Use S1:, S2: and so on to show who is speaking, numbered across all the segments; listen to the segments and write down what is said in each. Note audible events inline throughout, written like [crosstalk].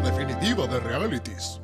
S1: mundo de realities.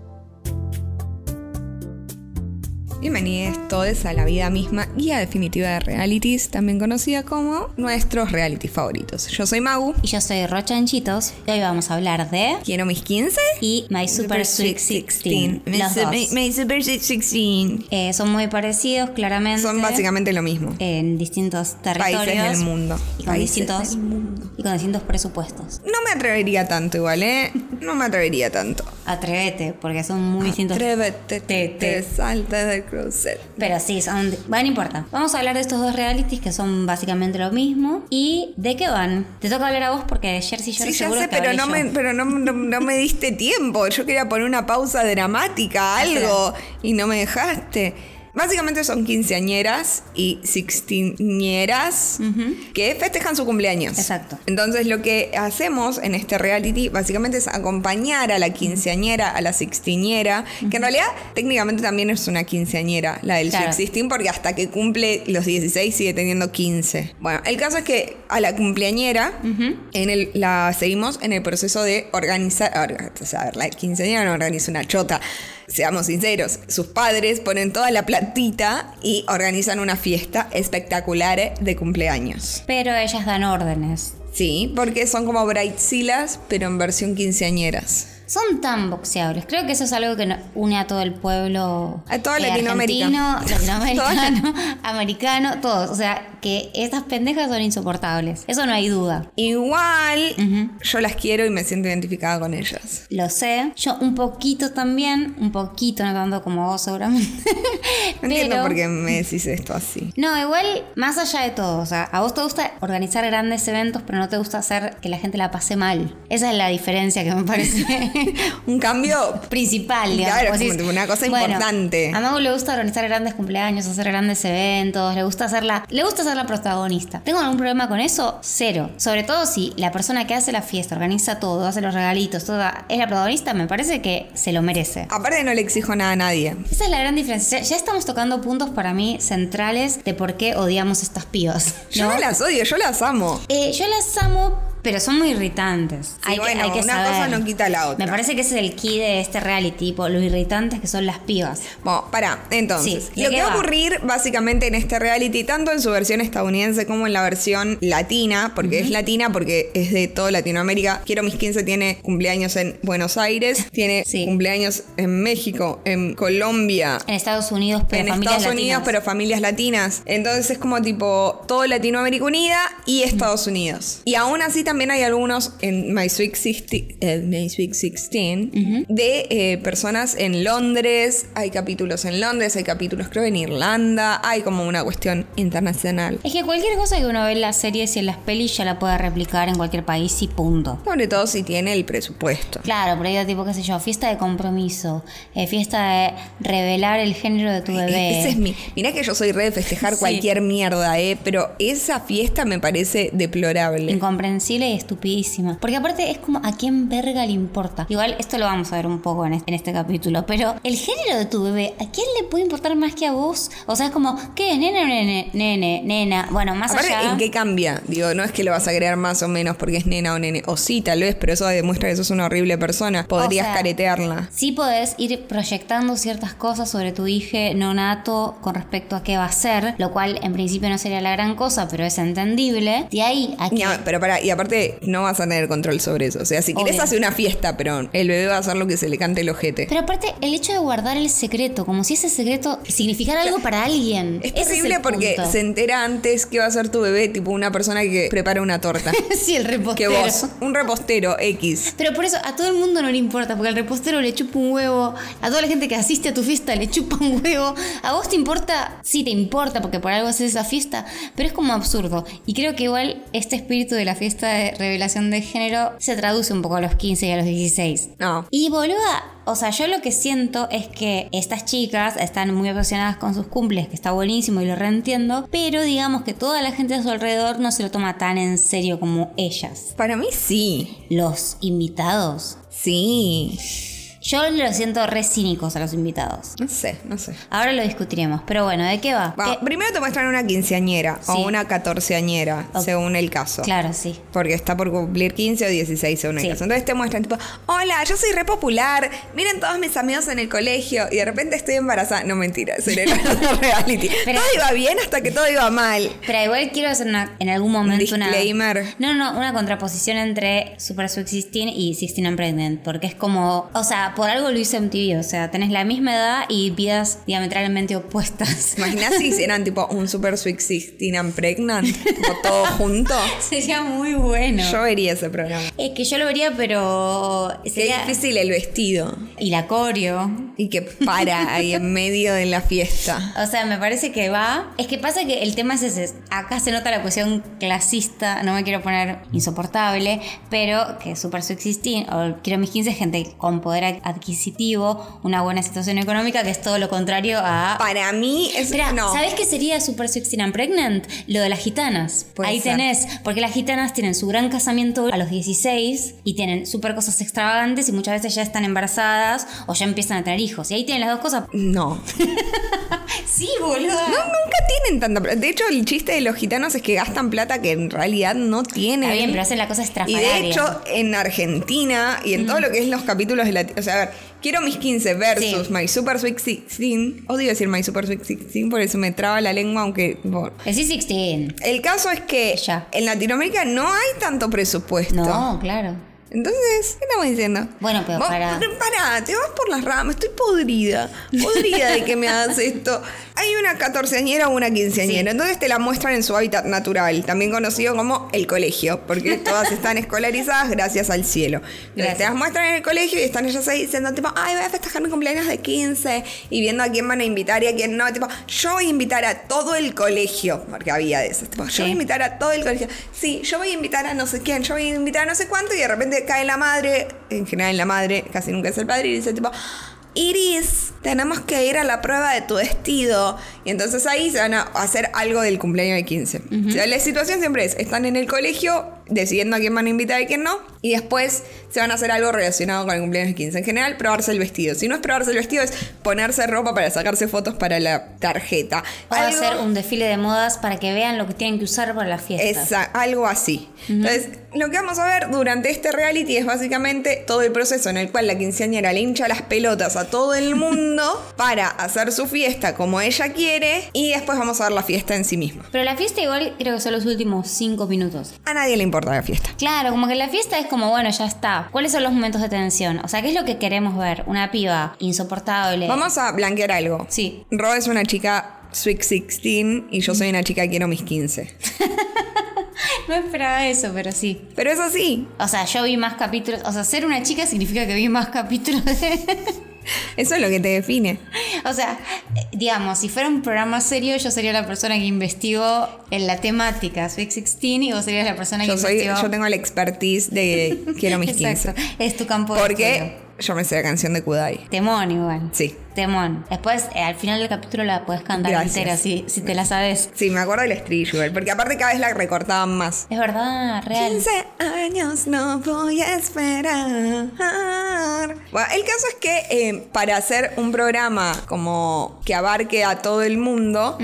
S2: Bienvenidos todos a la vida misma, guía definitiva de realities, también conocida como nuestros reality favoritos. Yo soy Magu.
S3: Y yo soy Rochanchitos y hoy vamos a hablar de
S2: ¿Quiero mis 15?
S3: y My Super Sweet 16.
S2: Mi
S3: Los
S2: su-
S3: dos.
S2: mi- mi Super Sweet 16.
S3: Eh, son muy parecidos, claramente.
S2: Son básicamente lo mismo.
S3: en distintos territorios
S2: Países del mundo.
S3: y con
S2: Países
S3: distintos
S2: del
S3: y con distintos presupuestos.
S2: No me atrevería tanto igual, ¿eh? No me atrevería tanto.
S3: Atrévete, porque son muy distintos.
S2: Atrévete, te,
S3: Te-
S2: te
S3: te.
S2: salta del crucet.
S3: Pero sí, son. Bueno, no importa. Vamos a hablar de estos dos realities que son básicamente lo mismo. ¿Y de qué van? Te toca hablar a vos porque Jersey yo
S2: Sí, ya
S3: seguro
S2: sé,
S3: que
S2: pero,
S3: hablé
S2: no
S3: yo.
S2: me, pero no, no- no me diste tiempo. Yo quería poner una pausa
S3: [laughs]
S2: dramática, algo, y no me dejaste. Básicamente son quinceañeras y sixtiñeras que festejan su cumpleaños.
S3: Exacto.
S2: Entonces lo que hacemos en este reality básicamente es acompañar a la quinceañera, a la sixtiñera, que en realidad técnicamente también es una quinceañera, la del
S3: Claro.
S2: sixteen, porque hasta que cumple los 16 sigue teniendo 15. Bueno, el caso es que a la cumpleañera en el, la seguimos en el proceso de organizar, orga- o sea, a ver, la quinceañera no organiza una chota. Seamos sinceros, sus padres ponen toda la platita y organizan una fiesta espectacular eh, de cumpleaños.
S3: Pero ellas dan órdenes.
S2: Sí, porque son como Brightzillas, pero en versión quinceañeras.
S3: Son tan boxeables. Creo que eso es algo que no- une a todo el pueblo.
S2: A toda
S3: eh,
S2: Latinoamérica.
S3: argentino,
S2: [laughs]
S3: latinoamericano,
S2: Toda
S3: americano, todos. O sea, que estas pendejas son insoportables. Eso no hay duda.
S2: Igual, yo las quiero y me siento identificada con ellas.
S3: Lo sé. Yo un poquito también. Un poquito, no tanto como vos, seguramente. [laughs]
S2: No entiendo
S3: Pero-
S2: por qué me decís esto así.
S3: No, igual, más allá de todo, o sea, a vos te gusta organizar grandes eventos, pero no te gusta hacer que la gente la pase mal. Esa es la diferencia que me
S2: [laughs]
S3: parece
S2: Un cambio
S3: principal, digamos.
S2: Claro, es
S3: Vos
S2: como
S3: decís,
S2: una cosa
S3: bueno,
S2: importante.
S3: A Mago le gusta organizar grandes cumpleaños, hacer grandes eventos, le gusta ser la, le gusta ser la protagonista. ¿Tengo algún problema con eso? Cero. Sobre todo si la persona que hace la fiesta, organiza todo, hace los regalitos, toda, es la protagonista, me parece que se lo merece.
S2: Aparte no le exijo nada a nadie.
S3: Esa es la gran diferencia. Ya estamos tocando puntos para mí centrales de por qué odiamos estas pibas.
S2: Yo no, las odio, yo las amo.
S3: Eh, yo las amo, pero son muy irritantes. hay,
S2: bueno,
S3: que, hay que
S2: una
S3: saber.
S2: cosa no quita la otra.
S3: Me parece que ese es el key de este reality, tipo, lo irritantes que son las pibas.
S2: Bueno, pará, entonces,
S3: Sí, ¿de
S2: lo
S3: qué
S2: que va a
S3: va?
S2: ocurrir básicamente en este reality, tanto en su versión estadounidense como en la versión latina, porque es latina, porque es de toda Latinoamérica. Quiero mis 15 tiene cumpleaños en Buenos Aires, tiene
S3: Sí.
S2: cumpleaños en México, en Colombia.
S3: En Estados Unidos, pero
S2: en
S3: familias
S2: Estados Unidos,
S3: latinas.
S2: pero familias latinas. Entonces es como tipo todo Latinoamérica unida y Estados Unidos. Y aún así también hay algunos en My Sweet 16, eh, My Sweet 16, de eh, personas en Londres. Hay capítulos en Londres, hay capítulos creo en Irlanda. Hay como una cuestión internacional.
S3: Es que cualquier cosa que uno ve en las series y en las pelis ya la puede replicar en cualquier país y punto.
S2: Sobre todo si tiene el presupuesto.
S3: Claro, pero digo tipo, qué sé yo, fiesta de compromiso, eh, fiesta de revelar el género de tu bebé.
S2: e-, Ese es mi. Mirá que yo soy re de festejar
S3: Sí.
S2: cualquier mierda, ¿eh? Pero esa fiesta me parece deplorable.
S3: Incomprensible y estupidísima. Porque aparte es como a quién verga le importa. Igual esto lo vamos a ver un poco en este, en este capítulo. Pero el género de tu bebé, ¿a quién le puede importar más que a vos? O sea, es como, ¿qué? Nena, nene, nene, nena. Bueno, más
S2: Aparte,
S3: allá.
S2: ¿en qué cambia? Digo, no es que lo vas a crear más o menos porque es nena o nene. O sí, tal vez, pero eso demuestra que sos una horrible persona. Podrías
S3: O sea,
S2: caretearla.
S3: Sí podés ir proyectando ciertas cosas sobre tu hijo nonato con respecto a qué va a ser, lo cual en principio no sería la gran cosa, pero es entendible. De ahí a que
S2: Ni a- pero para, y aparte no vas a tener control sobre eso. O sea, si querés
S3: Obvio.
S2: hacer una fiesta, pero el bebé va a hacer lo que se le cante el ojete.
S3: Pero aparte, el hecho de guardar el secreto, como si ese secreto significara algo para alguien.
S2: es
S3: Ese el
S2: terrible porque
S3: punto.
S2: se entera antes que va a ser tu bebé, tipo una persona que prepara una torta.
S3: [laughs] sí, el
S2: que
S3: repostero.
S2: vos, un repostero X.
S3: Pero por eso a todo el mundo no le importa, porque al repostero le chupa un huevo, a toda la gente que asiste a tu fiesta le chupa un huevo. A vos te importa, sí te importa, porque por algo haces esa fiesta, pero es como absurdo. Y creo que igual este espíritu de la fiesta de revelación de género se traduce un poco a los 15 y a los 16.
S2: No.
S3: Y boluda, o sea, yo lo que siento es que estas chicas están muy obsesionadas con sus cumples, que está buenísimo y lo reentiendo, pero digamos que toda la gente a su alrededor no se lo toma tan en serio como ellas.
S2: Para mí sí.
S3: Los invitados
S2: Sí.
S3: Yo lo siento re cínicos a los invitados.
S2: No sé, no sé.
S3: Ahora lo discutiremos, pero bueno, ¿de qué va?
S2: Va,
S3: ¿Qué-
S2: primero te muestran una quinceañera o
S3: Eh, Sí.
S2: una catorceañera,
S3: Ok.
S2: según el caso.
S3: Claro, sí.
S2: Porque está por cumplir 15 o 16 según el
S3: Sí.
S2: caso. Entonces te muestran tipo, hola, yo soy re popular, miren todos mis amigos en el colegio y de repente estoy embarazada. No, mentira, eso
S3: [laughs]
S2: era el reality.
S3: Pero-
S2: todo iba bien hasta que todo iba mal.
S3: Pero igual quiero hacer una- en algún momento una...
S2: disclaimer.
S3: No, no, una contraposición entre Super Sweet 16 y 16 and Pregnant. Porque es como... O sea, por algo lo hizo MTV. O sea, tenés la misma edad y vidas diametralmente
S2: [laughs]
S3: opuestas.
S2: Imagina si hicieran tipo un Super Sweet 16 and Pregnant, como todo junto.
S3: [laughs] Sería muy bueno.
S2: Yo vería ese programa.
S3: Es que yo lo vería, pero...
S2: Qué
S3: Sería...
S2: difícil el vestido
S3: Y la coreo.
S2: y que para ahí en medio de la fiesta.
S3: O sea, me parece que va. Es que pasa que el tema es ese. Acá se nota la cuestión clasista, no me quiero poner insoportable, pero que Super Sweet 16 o Quiero Mis 15 es gente con poder ad- adquisitivo, una buena situación económica, que es todo lo contrario a.
S2: Para mí es
S3: Espera,
S2: no.
S3: ¿sabes qué sería Super Sweet 16 and Pregnant? Lo de las gitanas.
S2: Puede
S3: Ahí
S2: ser.
S3: tenés, porque las gitanas tienen su gran casamiento a los 16 y tienen super cosas extravagantes y muchas veces ya están embarazadas o ya empiezan a tener hijos. Y ahí tienen las dos cosas.
S2: No.
S3: Sí, boludo.
S2: Nunca tienen tanta plata. De hecho, el chiste de los gitanos es que gastan plata que en realidad no tienen.
S3: Está bien, pero hacen la cosa
S2: y
S3: estrafalaria.
S2: de hecho, en Argentina y en todo
S3: Mm.
S2: lo que es los capítulos de la. O sea, a ver, quiero mis 15 versus
S3: Sí.
S2: My Super Sweet 16. Odio decir My Super Sweet 16, por eso me traba la lengua, aunque. bueno.
S3: Decís 16.
S2: El caso es que
S3: Ya.
S2: en Latinoamérica no hay tanto presupuesto.
S3: No, claro.
S2: Entonces, ¿qué estamos diciendo?
S3: Bueno, pero
S2: Vos-
S3: para-
S2: pero pará, te vas por las ramas, estoy podrida. Podrida de que me hagas esto. Hay una catorceañera o una quinceañera,
S3: Sí.
S2: entonces te la muestran en su hábitat natural, también conocido como el colegio,
S3: [laughs]
S2: porque todas están escolarizadas gracias al cielo. Entonces
S3: Gracias.
S2: te las muestran en el colegio y están ellas ahí diciendo, tipo, ay, voy a festejar mi cumpleaños de 15 y viendo a quién van a invitar y a quién no. Tipo, yo voy a invitar a todo el colegio, porque había de esas. Tipo, yo voy a
S3: Sí.
S2: invitar a todo el colegio. Sí, yo voy a invitar a no sé quién, yo voy a invitar a no sé cuánto, y de repente cae la madre, en general la madre, casi nunca es el padre, y dice tipo, Iris, tenemos que ir a la prueba de tu vestido. Y entonces ahí se van a hacer algo del cumpleaños de 15. O sea, la situación siempre es, están en el colegio decidiendo a quién van a invitar y quién no, y después se van a hacer algo relacionado con el cumpleaños de 15. En general, probarse el vestido. Si no es probarse el vestido, es ponerse ropa para sacarse fotos para la tarjeta.
S3: O
S2: Algo-
S3: hacer un desfile de modas para que vean lo que tienen que usar para la fiesta.
S2: Esa- algo así. Entonces, lo que vamos a ver durante este reality es básicamente todo el proceso en el cual la quinceañera le hincha las pelotas a todo
S3: [laughs]
S2: el mundo para hacer su fiesta como ella quiere y después vamos a ver la fiesta en sí misma.
S3: Pero la fiesta igual creo que son los últimos cinco minutos.
S2: A nadie le importa la fiesta.
S3: Claro, como que la fiesta es como, bueno, ya está. ¿Cuáles son los momentos de tensión? O sea, ¿qué es lo que queremos ver? Una piba insoportable.
S2: Vamos a blanquear algo.
S3: Sí. [laughs]
S2: Ro es una chica Sweet 16 y yo soy una chica que quiero mis 15.
S3: No esperaba eso, pero sí.
S2: Pero es así.
S3: O sea, yo vi más capítulos. O sea, ser una chica significa que vi más capítulos de... [laughs]
S2: Eso es lo que te define.
S3: O sea, eh, digamos, si fuera un programa serio, yo sería la persona que investigó en la temática Sweet 16 y vos serías la persona
S2: Yo,
S3: que
S2: soy,
S3: investigó.
S2: yo tengo la expertise de quiero mis 15.
S3: [laughs] Exacto. Es tu campo de
S2: Porque
S3: estudio.
S2: yo me sé la canción de Kudai.
S3: Temón igual.
S2: Sí.
S3: Temón. Después, eh, al final del capítulo la puedes cantar
S2: Gracias.
S3: entera si, si te la sabes.
S2: Sí, me acuerdo del estribillo igual, porque aparte cada vez la recortaban más.
S3: Es verdad, real.
S2: 15 años no voy a esperar. Bueno, el caso es que eh, para hacer un programa como que abarque a todo el mundo,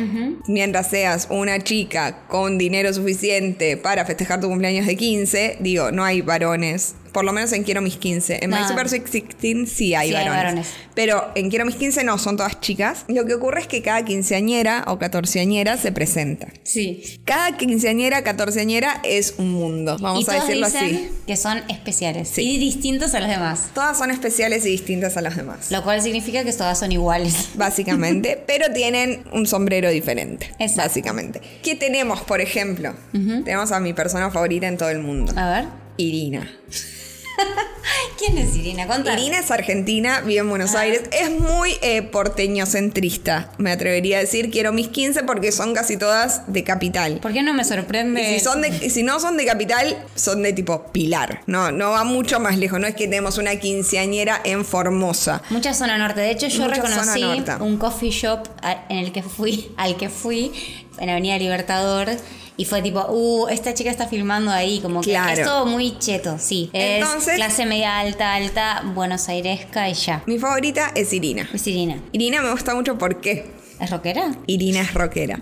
S2: mientras seas una chica con dinero suficiente para festejar tu cumpleaños de 15, digo, no hay varones. Por lo menos en Quiero mis 15. En My
S3: No.
S2: Super Sweet 16 sí hay
S3: Sí hay
S2: varones.
S3: varones.
S2: Pero en Quiero mis 15 no, son todas chicas. Lo que ocurre es que cada quinceañera o catorceañera se presenta.
S3: Sí.
S2: Cada quinceañera, catorceañera es un mundo, vamos
S3: y
S2: a
S3: todos
S2: decirlo
S3: dicen
S2: así.
S3: que son especiales
S2: Sí.
S3: y distintos a los demás.
S2: Todas son especiales y distintas a las demás,
S3: Lo cual significa que todas son iguales. [laughs]
S2: básicamente, pero tienen un sombrero diferente,
S3: Exacto.
S2: básicamente. ¿Qué tenemos, por ejemplo? Tenemos a mi persona favorita en todo el mundo,
S3: A ver.
S2: Irina.
S3: ¿Quién es Irina? Contá.
S2: Irina es argentina, vive en
S3: Ah.
S2: Buenos Aires, es muy eh, porteño-centrista, me atrevería a decir. Quiero mis 15 porque son casi todas de capital.
S3: ¿Por qué no me
S2: Y
S3: sorprende?
S2: si, son de- y si no son de capital, son de tipo Pilar. No, no va mucho más lejos. No es que tenemos una quinceañera en Formosa.
S3: Mucha zona norte. De hecho, yo
S2: Mucha
S3: reconocí
S2: zona norte.
S3: un coffee shop a- en el que fui, al que fui, en Avenida Libertador, Y fue tipo, uh, esta chica está filmando ahí, como que
S2: Claro.
S3: es todo muy cheto, sí. Es
S2: Entonces-
S3: clase media alta, alta, Buenos Airesca y ya.
S2: Mi favorita es Irina.
S3: Es Irina.
S2: Irina me gusta mucho porque
S3: ¿Es rockera?
S2: Irina es
S3: [laughs]
S2: rockera.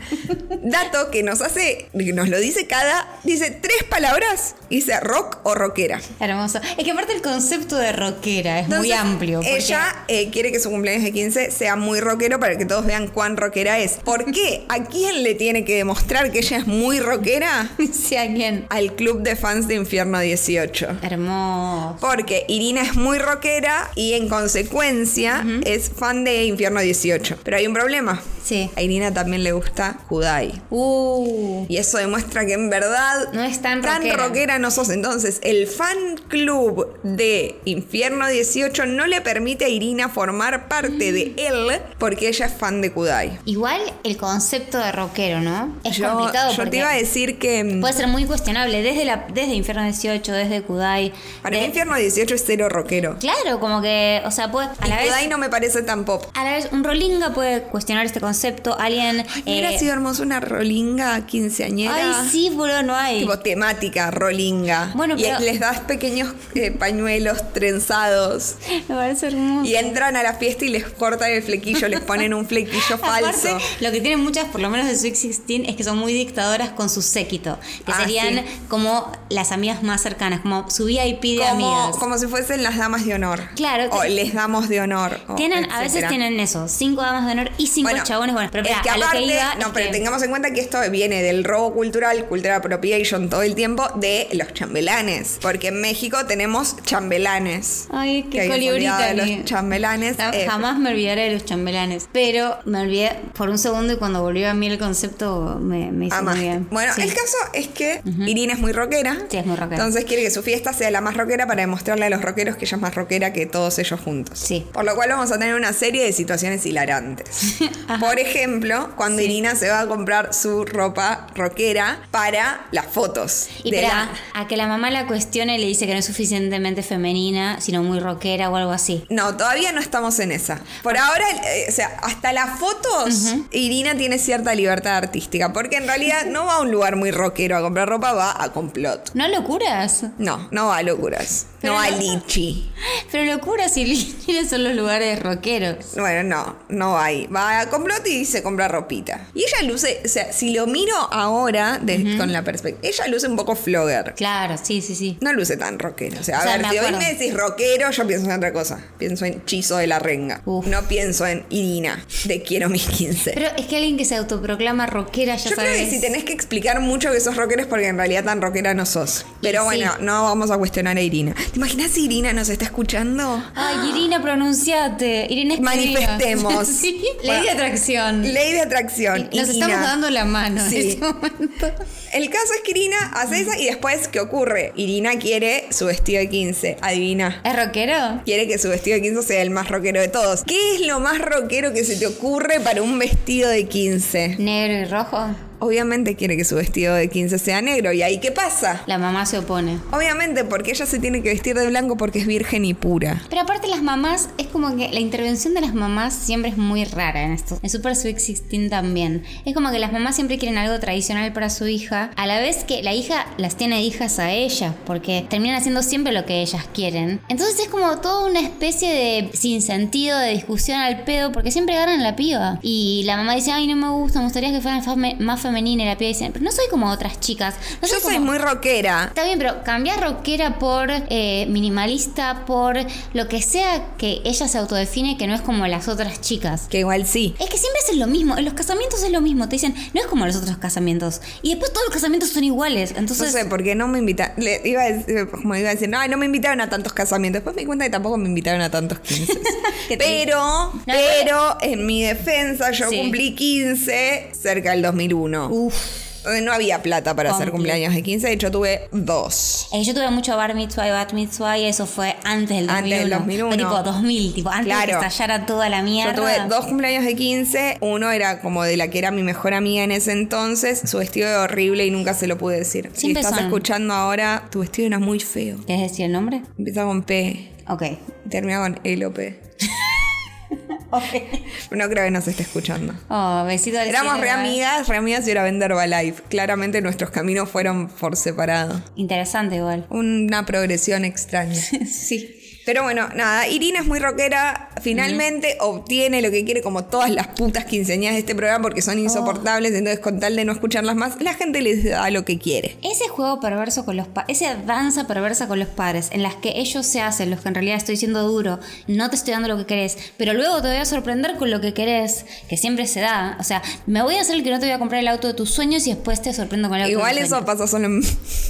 S2: Dato que nos hace, que nos lo dice cada, dice tres palabras, dice rock o rockera.
S3: Hermoso. Es que aparte el concepto de rockera es muy
S2: Entonces,
S3: amplio. porque- [laughs]
S2: Ella eh, quiere que su cumpleaños de 15 sea muy rockero para que todos vean cuán rockera es. ¿Por qué? ¿A quién le tiene que demostrar que ella es muy rockera?
S3: Sí, ¿a quién?
S2: Al club de fans de Infierno 18.
S3: Hermoso.
S2: Porque Irina es muy rockera y en consecuencia es fan de Infierno 18. Pero hay un problema.
S3: Sí.
S2: A Irina también le gusta Kudai.
S3: Uh.
S2: Y eso demuestra que en verdad
S3: No es tan
S2: tan
S3: rockera.
S2: rockera no sos. Entonces, el fan club de Infierno 18 no le permite a Irina formar parte de
S3: Mm.
S2: él porque ella es fan de Kudai.
S3: Igual el concepto de rockero, ¿no? Es
S2: yo
S3: complicado
S2: yo te
S3: porque
S2: iba a decir que mm,
S3: puede ser muy cuestionable desde la desde Infierno 18, desde Kudai.
S2: para
S3: de-
S2: mí Infierno 18 es cero rockero.
S3: Claro, como que, o sea, puede a
S2: Y
S3: la vez
S2: Kudai no me parece tan pop.
S3: a la vez un rolinga puede cuestionar este concepto, alguien
S2: Ay, ¿no hubiera
S3: eh,
S2: sido hermoso una rolinga quinceañera.
S3: Ay, sí, boludo, no hay.
S2: Tipo temática, rolinga.
S3: Bueno,
S2: y
S3: pero-
S2: les das pequeños eh, pañuelos trenzados.
S3: [laughs] Me parece hermoso.
S2: Y entran a la fiesta y les cortan el flequillo, les ponen un
S3: [laughs]
S2: flequillo falso.
S3: Aparte, lo que tienen muchas, por lo menos de Sweet 16, es que son muy dictadoras con su séquito. Que
S2: Ah,
S3: serían
S2: sí.
S3: como las amigas más cercanas, como su VIP de
S2: Como,
S3: amigas.
S2: como si fuesen las damas de honor.
S3: Claro,
S2: O
S3: que-
S2: les damos de honor. o
S3: Tienen, a veces
S2: etcétera.
S3: tienen eso, cinco damas de honor y cinco
S2: Bueno,
S3: chabones. Bueno, pero
S2: es
S3: espera,
S2: que
S3: a lo
S2: aparte,
S3: que iba.
S2: no,
S3: es
S2: pero
S3: que-
S2: tengamos en cuenta que esto viene del robo cultural, cultural appropriation todo el tiempo, de los chambelanes. Porque en México tenemos chambelanes.
S3: Ay, qué
S2: hay un
S3: colibrita,
S2: feriado de
S3: ni-
S2: los chambelanes.
S3: Jam-
S2: eh,
S3: Ah, Jamás me olvidaré de los chambelanes. Pero me olvidé por un segundo y cuando volvió a mí el concepto me, me hizo muy
S2: Amaste.
S3: bien.
S2: Bueno,
S3: Sí.
S2: el caso es que Irina es muy rockera.
S3: Sí, es muy rockera.
S2: Entonces quiere que su fiesta sea la más rockera para demostrarle a los rockeros que ella es más rockera que todos ellos juntos.
S3: Sí.
S2: Por lo cual vamos a tener una serie de situaciones
S3: [laughs]
S2: hilarantes. Por ejemplo, cuando Irina se va a comprar su ropa rockera para las fotos.
S3: Y
S2: de
S3: espera,
S2: la-
S3: a que la mamá la cuestione y le dice que no es suficientemente femenina, sino muy rockera o algo así.
S2: No, todavía no estamos en esa. Por
S3: Ah.
S2: ahora, eh, o sea, hasta las fotos, Irina tiene cierta libertad artística, porque en realidad no va a un lugar muy rockero a comprar ropa, va a complot.
S3: No locuras.
S2: No, no va a locuras.
S3: Pero
S2: no va a
S3: no-
S2: lichi.
S3: Pero locuras y [laughs] líneas son los lugares rockeros.
S2: Bueno, no, no va ahí. Va a complot y se compra ropita. Y ella luce, o sea, si lo miro ahora de- con la perspectiva, ella luce un poco flogger.
S3: Claro, sí, sí, sí.
S2: No luce tan rockero. O sea, a
S3: O sea,
S2: ver,
S3: me
S2: si hoy
S3: acuerdo.
S2: me decís rockero, yo pienso en otra cosa. Pienso en Chizo de la Renga.
S3: Uf.
S2: No pienso en Irina, de Quiero mis 15.
S3: Pero es que alguien que se autoproclama rockera ya
S2: yo
S3: sabes.
S2: creo que si tenés que explicar mucho que sos rockero es porque en realidad tan rockera no sos. Pero
S3: sí.
S2: bueno, no vamos a cuestionar a Irina. ¿Te imaginas si Irina nos está escuchando?
S3: Ay, Irina, pronunciate. Irina es
S2: Manifestemos.
S3: [laughs] sí,
S2: Bueno,
S3: ley de atracción.
S2: Ley de atracción.
S3: Nos
S2: Irina.
S3: estamos dando la mano en
S2: Sí.
S3: este momento.
S2: El caso es que Irina hace esa y después, ¿qué ocurre? Irina quiere su vestido de 15. Adivina.
S3: ¿Es rockero?
S2: Quiere que su vestido de 15 sea el más rockero de todos. ¿Qué es lo más rockero que se te ocurre para un vestido de 15?
S3: ¿Negro y rojo?
S2: Obviamente quiere que su vestido de 15 sea negro. ¿Y ahí qué pasa?
S3: La mamá se opone.
S2: Obviamente porque ella se tiene que vestir de blanco porque es virgen y pura.
S3: Pero aparte las mamás, es como que la intervención de las mamás siempre es muy rara en esto. En Super Sweet 16 también. Es como que las mamás siempre quieren algo tradicional para su hija, a la vez que la hija las tiene hijas a ellas, porque terminan haciendo siempre lo que ellas quieren. Entonces es como toda una especie de sin sentido, de discusión al pedo, porque siempre agarran la piba. Y la mamá dice, ay, no me gusta, me gustaría que fueran fame- más femenina. Y la piba dice, pero no soy como otras chicas. No
S2: Yo soy
S3: como-
S2: muy rockera.
S3: Está bien, pero cambiar rockera por eh, minimalista, por lo que sea que ella se autodefine que no es como las otras chicas.
S2: Que igual sí.
S3: Es que siempre es lo mismo, en los casamientos es lo mismo, te dicen, no es como los otros casamientos. Y después todos los casamientos son iguales,
S2: No
S3: entonces...
S2: sé, porque no me invitaron. Le iba a decir, como iba a decir, no, no me invitaron a tantos casamientos. Después me di cuenta que tampoco me invitaron a tantos 15.
S3: [laughs] Qué
S2: pero, pero, en mi defensa, yo
S3: Sí.
S2: cumplí 15 cerca del 2001.
S3: Uf.
S2: Donde Eh, No había plata para hacer
S3: Compli.
S2: cumpleaños de 15, de hecho tuve dos.
S3: Eh, yo tuve mucho bar mitzvah y bat mitzvah y eso fue antes del 2001.
S2: Antes del 2001.
S3: Fue tipo 2000, tipo antes de
S2: Claro.
S3: que estallara toda la mierda.
S2: Yo tuve dos cumpleaños de 15, uno era como de la que era mi mejor amiga en ese entonces, su vestido era horrible y nunca se lo pude decir. Si
S3: Siempre
S2: estás
S3: son.
S2: escuchando ahora, tu vestido era muy feo. [laughs]
S3: ¿Quieres decir el nombre?
S2: Empieza con P
S3: Ok.
S2: y termina con L o P.
S3: Ok.
S2: No creo que nos esté escuchando.
S3: Oh, besito al
S2: Éramos
S3: cielo,
S2: re
S3: ¿verdad?
S2: amigas, re amigas y era vender Herbalife. Claramente nuestros caminos fueron por separado.
S3: Interesante igual.
S2: Una progresión extraña.
S3: [laughs] sí.
S2: Pero bueno, nada, Irina es muy rockera, finalmente obtiene lo que quiere como todas las putas quinceañeras de este programa porque
S3: Oh.
S2: son insoportables, entonces con tal de no escucharlas más, la gente les da lo que quiere.
S3: Ese juego perverso con los padres, esa danza perversa con los padres, en las que ellos se hacen, los que en realidad estoy siendo duro, no te estoy dando lo que querés, pero luego te voy a sorprender con lo que querés, que siempre se da. O sea, me voy a hacer el que no te voy a comprar el auto de tus sueños y después te sorprendo con el auto
S2: Igual
S3: de tus
S2: eso
S3: sueños.
S2: pasa
S3: [laughs]
S2: solo en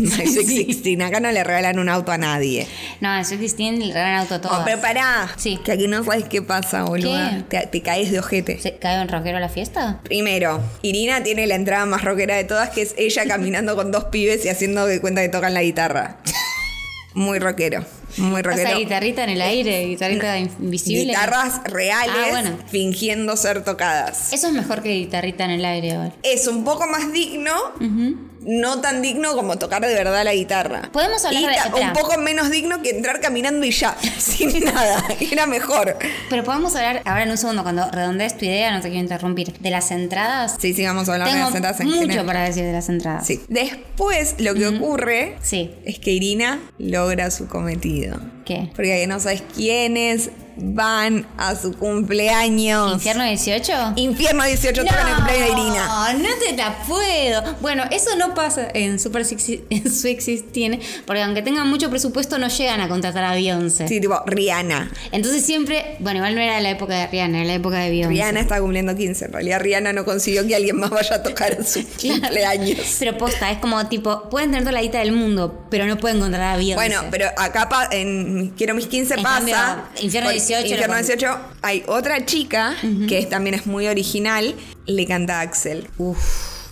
S2: Magic Sixteen, acá no le regalan un auto a nadie.
S3: No, en Sweet Sixteen le regalan auto a todos.
S2: No, Oh, pero pará,
S3: Sí.
S2: que aquí no sabes qué pasa, boludo.
S3: ¿Qué?
S2: Te, te caes de ojete.
S3: ¿Se cae un rockero a la fiesta?
S2: Primero, Irina tiene la entrada más rockera de todas, que es ella caminando con dos pibes y haciendo de cuenta que tocan la guitarra. Muy rockero, muy rockero.
S3: Esa guitarrita en el
S2: [laughs]
S3: aire, guitarrita invisible.
S2: Guitarras reales
S3: Ah, bueno.
S2: fingiendo ser tocadas.
S3: Eso es mejor que guitarrita en el aire ahora.
S2: Es un poco más digno, no tan digno como tocar de verdad la guitarra.
S3: Podemos hablar
S2: Y
S3: de-
S2: ta-
S3: espera.
S2: un poco menos digno que entrar caminando y ya, [laughs] sin nada. Era mejor.
S3: Pero podemos hablar ahora en un segundo, cuando redondees tu idea, no te quiero interrumpir, de las entradas.
S2: Sí, sí, vamos a hablar de
S3: Tengo
S2: las entradas en
S3: mucho
S2: general.
S3: para decir de las entradas.
S2: Sí. Después lo que ocurre
S3: Sí.
S2: es que Irina logra su cometido.
S3: ¿Qué?
S2: Porque ahí no sabes quiénes van a su cumpleaños.
S3: ¿Infierno 18?
S2: Infierno 18 tocan en plena Irina.
S3: no te la puedo. Bueno, eso no pasa en Super Six, [laughs] en Sweet Sixteen, porque aunque tengan mucho presupuesto, no llegan a contratar a Beyoncé.
S2: Sí, tipo, Rihanna.
S3: Entonces siempre, bueno, igual no era la época de Rihanna, era la época de Beyoncé. [laughs]
S2: Rihanna está cumpliendo 15. En realidad, Rihanna no consiguió que alguien más vaya a tocar en
S3: [laughs]
S2: su [laughs] cumpleaños.
S3: Pero posta, es como tipo, pueden tener toda la guita del mundo, pero no pueden contratar a Beyoncé.
S2: Bueno, pero acá pa- en Quiero mis 15
S3: En
S2: pasa.
S3: cambio, Infierno
S2: por-
S3: 18
S2: Infierno
S3: lo-
S2: 18. Hay otra chica que es- también es muy original. Le canta a Axel.
S3: Uf.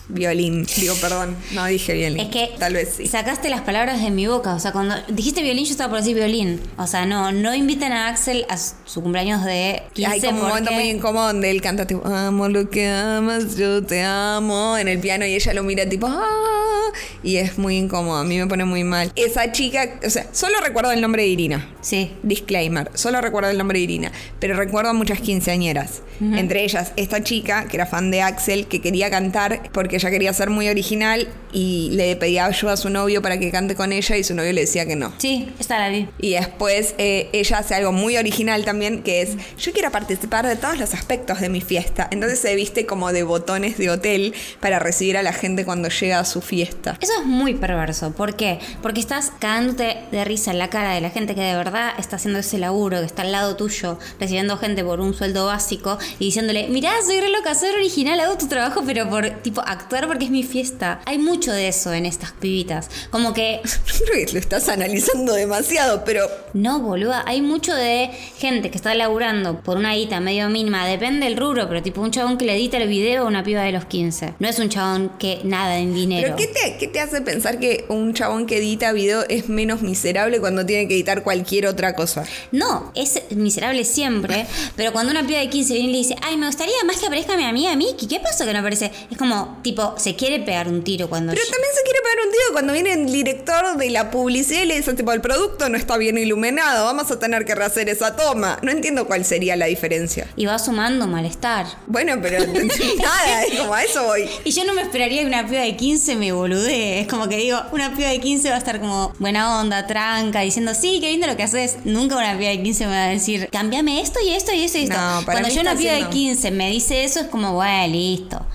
S2: Violín. Digo, perdón. No dije violín.
S3: Es que
S2: Tal vez sí.
S3: sacaste las palabras de mi boca. O sea, cuando dijiste violín, yo estaba por decir violín. O sea, no, no invitan a Axel a su su cumpleaños de 15
S2: Hay como un
S3: porque-
S2: momento muy incómodo donde él canta tipo, amo lo que amas, yo te amo, en el piano y ella lo mira tipo, ah, y es muy incómodo, a mí me pone muy mal. Esa chica, o sea, solo recuerdo el nombre de Irina.
S3: Sí.
S2: Disclaimer, solo recuerdo el nombre de Irina, pero recuerdo a muchas quinceañeras. Entre ellas, esta chica, que era fan de Axel, que quería cantar porque ella quería ser muy original y le pedía ayuda a su novio para que cante con ella y su novio le decía que no.
S3: Sí, esta la vi.
S2: Y después eh, ella hace algo muy original también, que es, yo quiero participar de todos los aspectos de mi fiesta. Entonces se viste como de botones de hotel para recibir a la gente cuando llega a su fiesta. [laughs]
S3: Eso es muy perverso. ¿Por qué? Porque estás cagándote de risa en la cara de la gente que de verdad está haciendo ese laburo, que está al lado tuyo, recibiendo gente por un sueldo básico y diciéndole, mirá, soy re loca, soy original, hago tu trabajo, pero por tipo actuar porque es mi fiesta. Hay mucho de eso en estas pibitas. Como que
S2: Yo creo que lo estás analizando demasiado, pero
S3: No, boluda, hay mucho de gente que está laburando por una guita medio mínima, depende del rubro, pero tipo un chabón que le edita el video a una piba de los 15. No es un chabón que nada en dinero.
S2: ¿Pero qué te, qué te hace pensar que un chabón que edita video es menos miserable cuando tiene que editar cualquier otra cosa?
S3: No, es miserable siempre, pero cuando una piba de 15 viene y le dice, ay, me gustaría más que aparezca mi amiga Miki, ¿qué pasó que no aparece? Es como, tipo, se quiere pegar un tiro cuando...
S2: Pero también se quiere pegar un tiro cuando viene el director de la publicidad y le dice, tipo, el producto no está bien iluminado, vamos a tener que rehacer esa toma. No entiendo cuál sería la diferencia.
S3: Y va sumando malestar.
S2: Bueno,
S3: [laughs]
S2: pero nada, es como a eso voy.
S3: Y yo no me esperaría que una piba de 15 me boludee. Es como que digo, una piba de 15 va a estar como buena onda, tranca, diciendo, sí, qué lindo lo que haces. Nunca una piba de 15 me va a decir, cambiame esto y esto y esto y esto.
S2: No, para
S3: Cuando
S2: mí
S3: yo una
S2: está
S3: piba de
S2: haciendo-
S3: 15 me dice eso, es como, bueno, listo.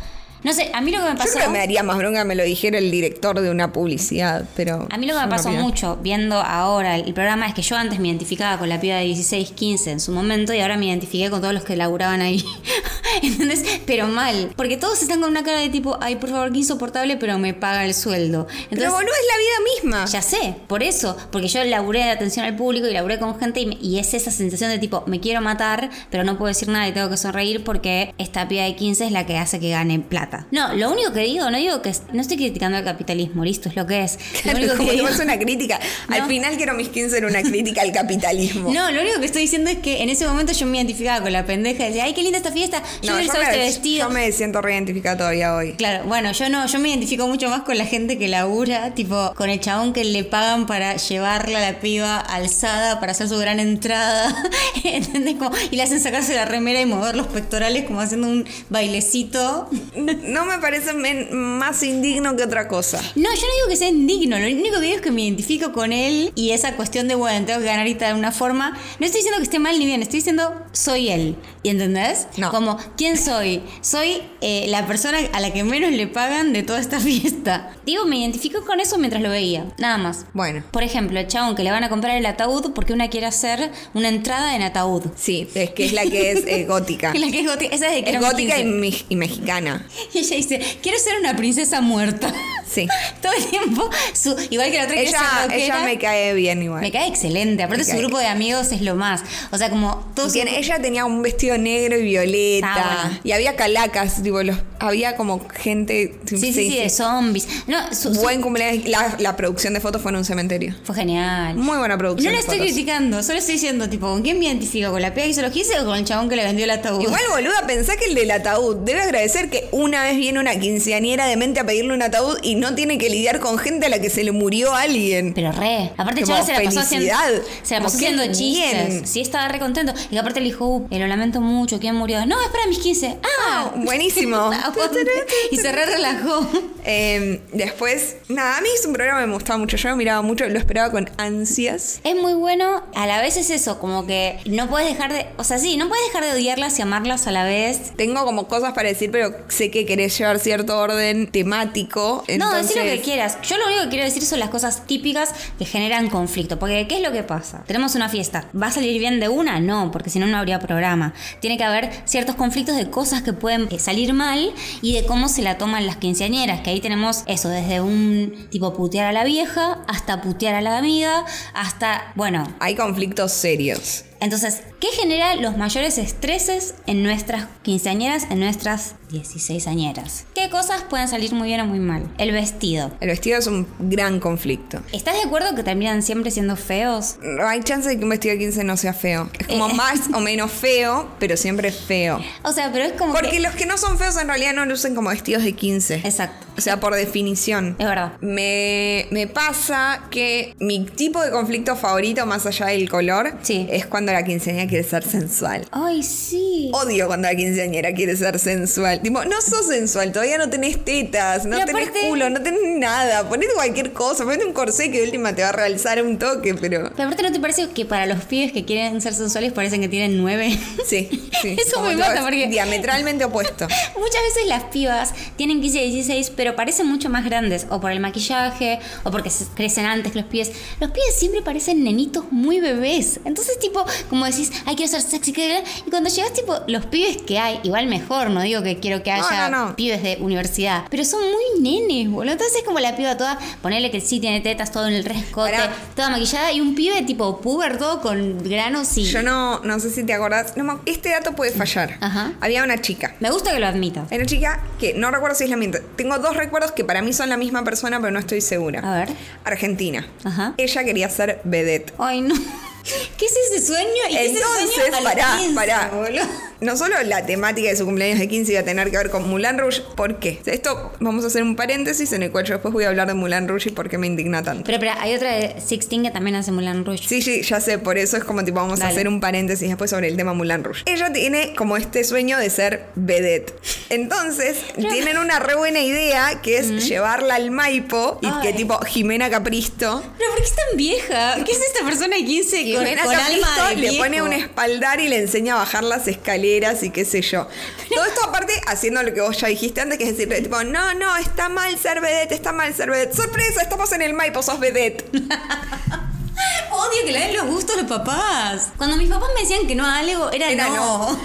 S3: No sé, a mí lo que me
S2: Yo
S3: pasó...
S2: creo que me daría más bronca que me lo dijera el director de una publicidad, pero...
S3: A mí lo que
S2: yo
S3: me
S2: no
S3: pasó
S2: pienso.
S3: mucho viendo ahora el el programa es que yo antes me identificaba con la piba de 16, 15 en su momento y ahora me identifiqué con todos los que laburaban ahí. [laughs] ¿Entendés? Pero mal. Porque todos están con una cara de tipo, ay, por favor, qué insoportable, pero me paga el sueldo.
S2: Pero
S3: Entonces,
S2: boludo, es la vida misma. [laughs]
S3: ya sé, por eso, porque yo laburé de atención al público y laburé con gente y, me- y es esa sensación de tipo, me quiero matar, pero no puedo decir nada y tengo que sonreír porque esta piba de 15 es la que hace que gane plata. plata. No, lo único que digo, no digo que. No estoy criticando al capitalismo, listo, es lo que es.
S2: Claro,
S3: lo único
S2: como
S3: que
S2: que
S3: digo-
S2: es una crítica. Al
S3: No.
S2: final quiero mis 15 era una crítica al capitalismo.
S3: No, lo único que estoy diciendo es que en ese momento yo me identificaba con la pendeja. Decía, ay, qué linda esta fiesta. Yo
S2: No,
S3: quiero usar este
S2: me,
S3: vestido.
S2: yo me siento reidentificada todavía hoy.
S3: Claro, bueno, yo no, yo me identifico mucho más con la gente que labura, tipo, con el chabón que le pagan para llevarla a la piba alzada para hacer su gran entrada, [laughs] ¿entendés? Como- y le hacen sacarse la remera y mover los pectorales como haciendo un bailecito.
S2: No me parece men- más indigno que otra cosa.
S3: No, yo no digo que sea indigno, lo único que digo es que me identifico con él y esa cuestión de, bueno, tengo que ganar y de una forma. No estoy diciendo que esté mal ni bien, estoy diciendo soy él. ¿Y entendés?
S2: No.
S3: Como, ¿quién soy? Soy eh, la persona a la que menos le pagan de toda esta [laughs] fiesta. Digo, me identifico con eso mientras lo veía, nada más.
S2: Bueno,
S3: Por ejemplo, el chabón que le van a comprar el ataúd porque una quiere hacer una entrada en ataúd.
S2: sí, es que es la que es
S3: [laughs]
S2: eh, gótica.
S3: La que es gótica, esa es de que
S2: Es
S3: era mi
S2: gótica y,
S3: 15.
S2: me- y mexicana.
S3: y ella dice, quiero ser una princesa muerta. [laughs]
S2: Sí.
S3: Todo el tiempo, su- igual que la otra que
S2: Ella, ella me cae bien igual.
S3: me cae excelente. Aparte,
S2: Me
S3: su
S2: cae-
S3: grupo de amigos es lo más. O sea, como todos.
S2: Tiene- ella tenía un vestido negro y violeta.
S3: Ah, bueno.
S2: Y había calacas, tipo, los, había como gente.
S3: Sí, sí, sí, de zombies. No, su- su-
S2: Buen cumpleaños. La, la producción de fotos fue en un cementerio.
S3: fue genial.
S2: Muy buena
S3: No
S2: producción.
S3: la
S2: de
S3: estoy
S2: fotos.
S3: criticando, solo estoy diciendo, tipo, ¿con quién me identifico? ¿Con la piba que hizo los 15 o con el chabón que le vendió el ataúd?
S2: Igual, boluda, pensá que el del ataúd debe agradecer que una vez viene una quinceañera de mente a pedirle un ataúd y no tiene que lidiar con gente a la que se le murió alguien.
S3: Pero re. Aparte, el
S2: Como
S3: chabón se la pasó haciendo.
S2: felicidad.
S3: Se la
S2: Como
S3: pasó
S2: qué
S3: haciendo chistes.
S2: bien.
S3: Sí, estaba re contento. Y aparte le dijo, "Uh, eh, lo lamento mucho, ¿quién murió? No, es para mis 15. ¡Ah!
S2: Ah,
S3: [laughs]
S2: buenísimo.
S3: y se re relajó.
S2: Eh, después, nada, a mí es un programa que me gustaba mucho. Yo lo miraba mucho, lo esperaba con ansias.
S3: Es muy bueno, a la vez es eso, como que no puedes dejar de, o sea, sí, no puedes dejar de odiarlas y amarlas a la vez.
S2: Tengo como cosas para decir, pero sé que querés llevar cierto orden temático.
S3: No,
S2: entonces-
S3: decir lo que quieras. Yo lo único que quiero decir son las cosas típicas que generan conflicto. Porque, ¿qué es lo que pasa? Tenemos una fiesta. ¿Va a salir bien de una? No, porque si no, no habría programa. Tiene que haber ciertos conflictos de cosas que pueden eh, salir mal y de cómo se la toman las quinceañeras. Que ahí tenemos eso, desde un tipo putear a la vieja, hasta putear a la amiga, hasta, bueno,
S2: Hay conflictos serios.
S3: Entonces, ¿qué genera los mayores estreses en nuestras quinceañeras, en nuestras 16añeras? ¿Qué cosas pueden salir muy bien o muy mal? El vestido.
S2: El vestido es un gran conflicto.
S3: ¿Estás de acuerdo que terminan siempre siendo feos?
S2: No Hay chance de que un vestido de 15 no sea feo. Es como
S3: Eh.
S2: más o menos feo, pero siempre es feo.
S3: O sea, pero es como
S2: Porque
S3: que...
S2: los que no son feos en realidad no lucen como vestidos de 15.
S3: Exacto.
S2: O sea, por definición.
S3: Es verdad.
S2: Me, me pasa que mi tipo de conflicto favorito, más allá del color,
S3: Sí.
S2: es cuando la quinceañera quiere ser sensual.
S3: Ay, sí.
S2: Odio cuando la quinceañera quiere ser sensual. Tipo, no sos sensual, todavía no tenés tetas, no
S3: Y
S2: tenés
S3: aparte-
S2: culo, no tenés nada. Ponete cualquier cosa, ponete un corsé que de última te va a realzar un toque, pero.
S3: Pero aparte, ¿no te parece que para los pibes que quieren ser sensuales parecen que tienen nueve? [laughs]
S2: Sí, sí.
S3: Eso
S2: Como
S3: me
S2: todo
S3: mata,
S2: es
S3: porque-
S2: Diametralmente opuesto.
S3: Muchas veces las pibas tienen 15, 16, pero parecen mucho más grandes, o por el maquillaje, o porque se- crecen antes que los pies. Los pies siempre parecen nenitos muy bebés. Entonces, tipo, como decís, ay, quiero ser sexy, que- y cuando llegas, tipo, los pibes que hay, igual mejor, no digo que quiero que
S2: No,
S3: haya
S2: no, no.
S3: pibes de universidad, pero son muy nenes, boludo. Entonces, como la piba toda, ponele que sí tiene tetas, todo en el rescote,
S2: Pará.
S3: toda maquillada, y un pibe tipo puber, todo con granos y.
S2: Yo no, no sé si te acordás. no me- este dato puede fallar.
S3: Ajá.
S2: Había una chica.
S3: Me gusta que lo admitas.
S2: Hay una chica que no recuerdo si es la misma. Tengo dos recuerdos que para mí son la misma persona, pero no estoy segura.
S3: A ver.
S2: Argentina.
S3: Ajá.
S2: Ella quería ser vedette.
S3: Ay, no. ¿Qué es ese sueño? ¿Y qué es ese
S2: Entonces,
S3: sueño a los
S2: pará,
S3: 15,
S2: pará.
S3: boludo?
S2: No solo la temática de su cumpleaños de 15 iba a tener que ver con Mulan Rouge, ¿por qué? Esto vamos a hacer un paréntesis en el cual yo después voy a hablar de Mulan Rouge y por qué me indigna tanto.
S3: Pero, pero hay otra de Sixteen que también hace Mulan Rouge.
S2: Sí, sí, ya sé, por eso es como tipo vamos a
S3: Dale.
S2: hacer un paréntesis después sobre el tema Mulan Rouge. Ella tiene como este sueño de ser vedette. Entonces, tienen una re buena idea que es llevarla al Maipo y que
S3: Mm. Ay.
S2: tipo Jimena Capristo
S3: Pero ¿por qué es tan vieja? ¿Qué es esta persona de 15 con,
S2: Jimena
S3: con
S2: Capristo
S3: alma de
S2: le
S3: viejo?
S2: pone un espaldar y le enseña a bajar las escaleras y qué sé yo. Todo esto aparte haciendo lo que vos ya dijiste antes, que es decir, tipo, no, no, está mal ser vedette, está mal ser vedette. ¡Sorpresa! Estamos en el Maipo, sos vedette.
S3: Odio que le den los gustos a los papás. Cuando mis papás me decían que no a algo, era,
S2: Era
S3: no.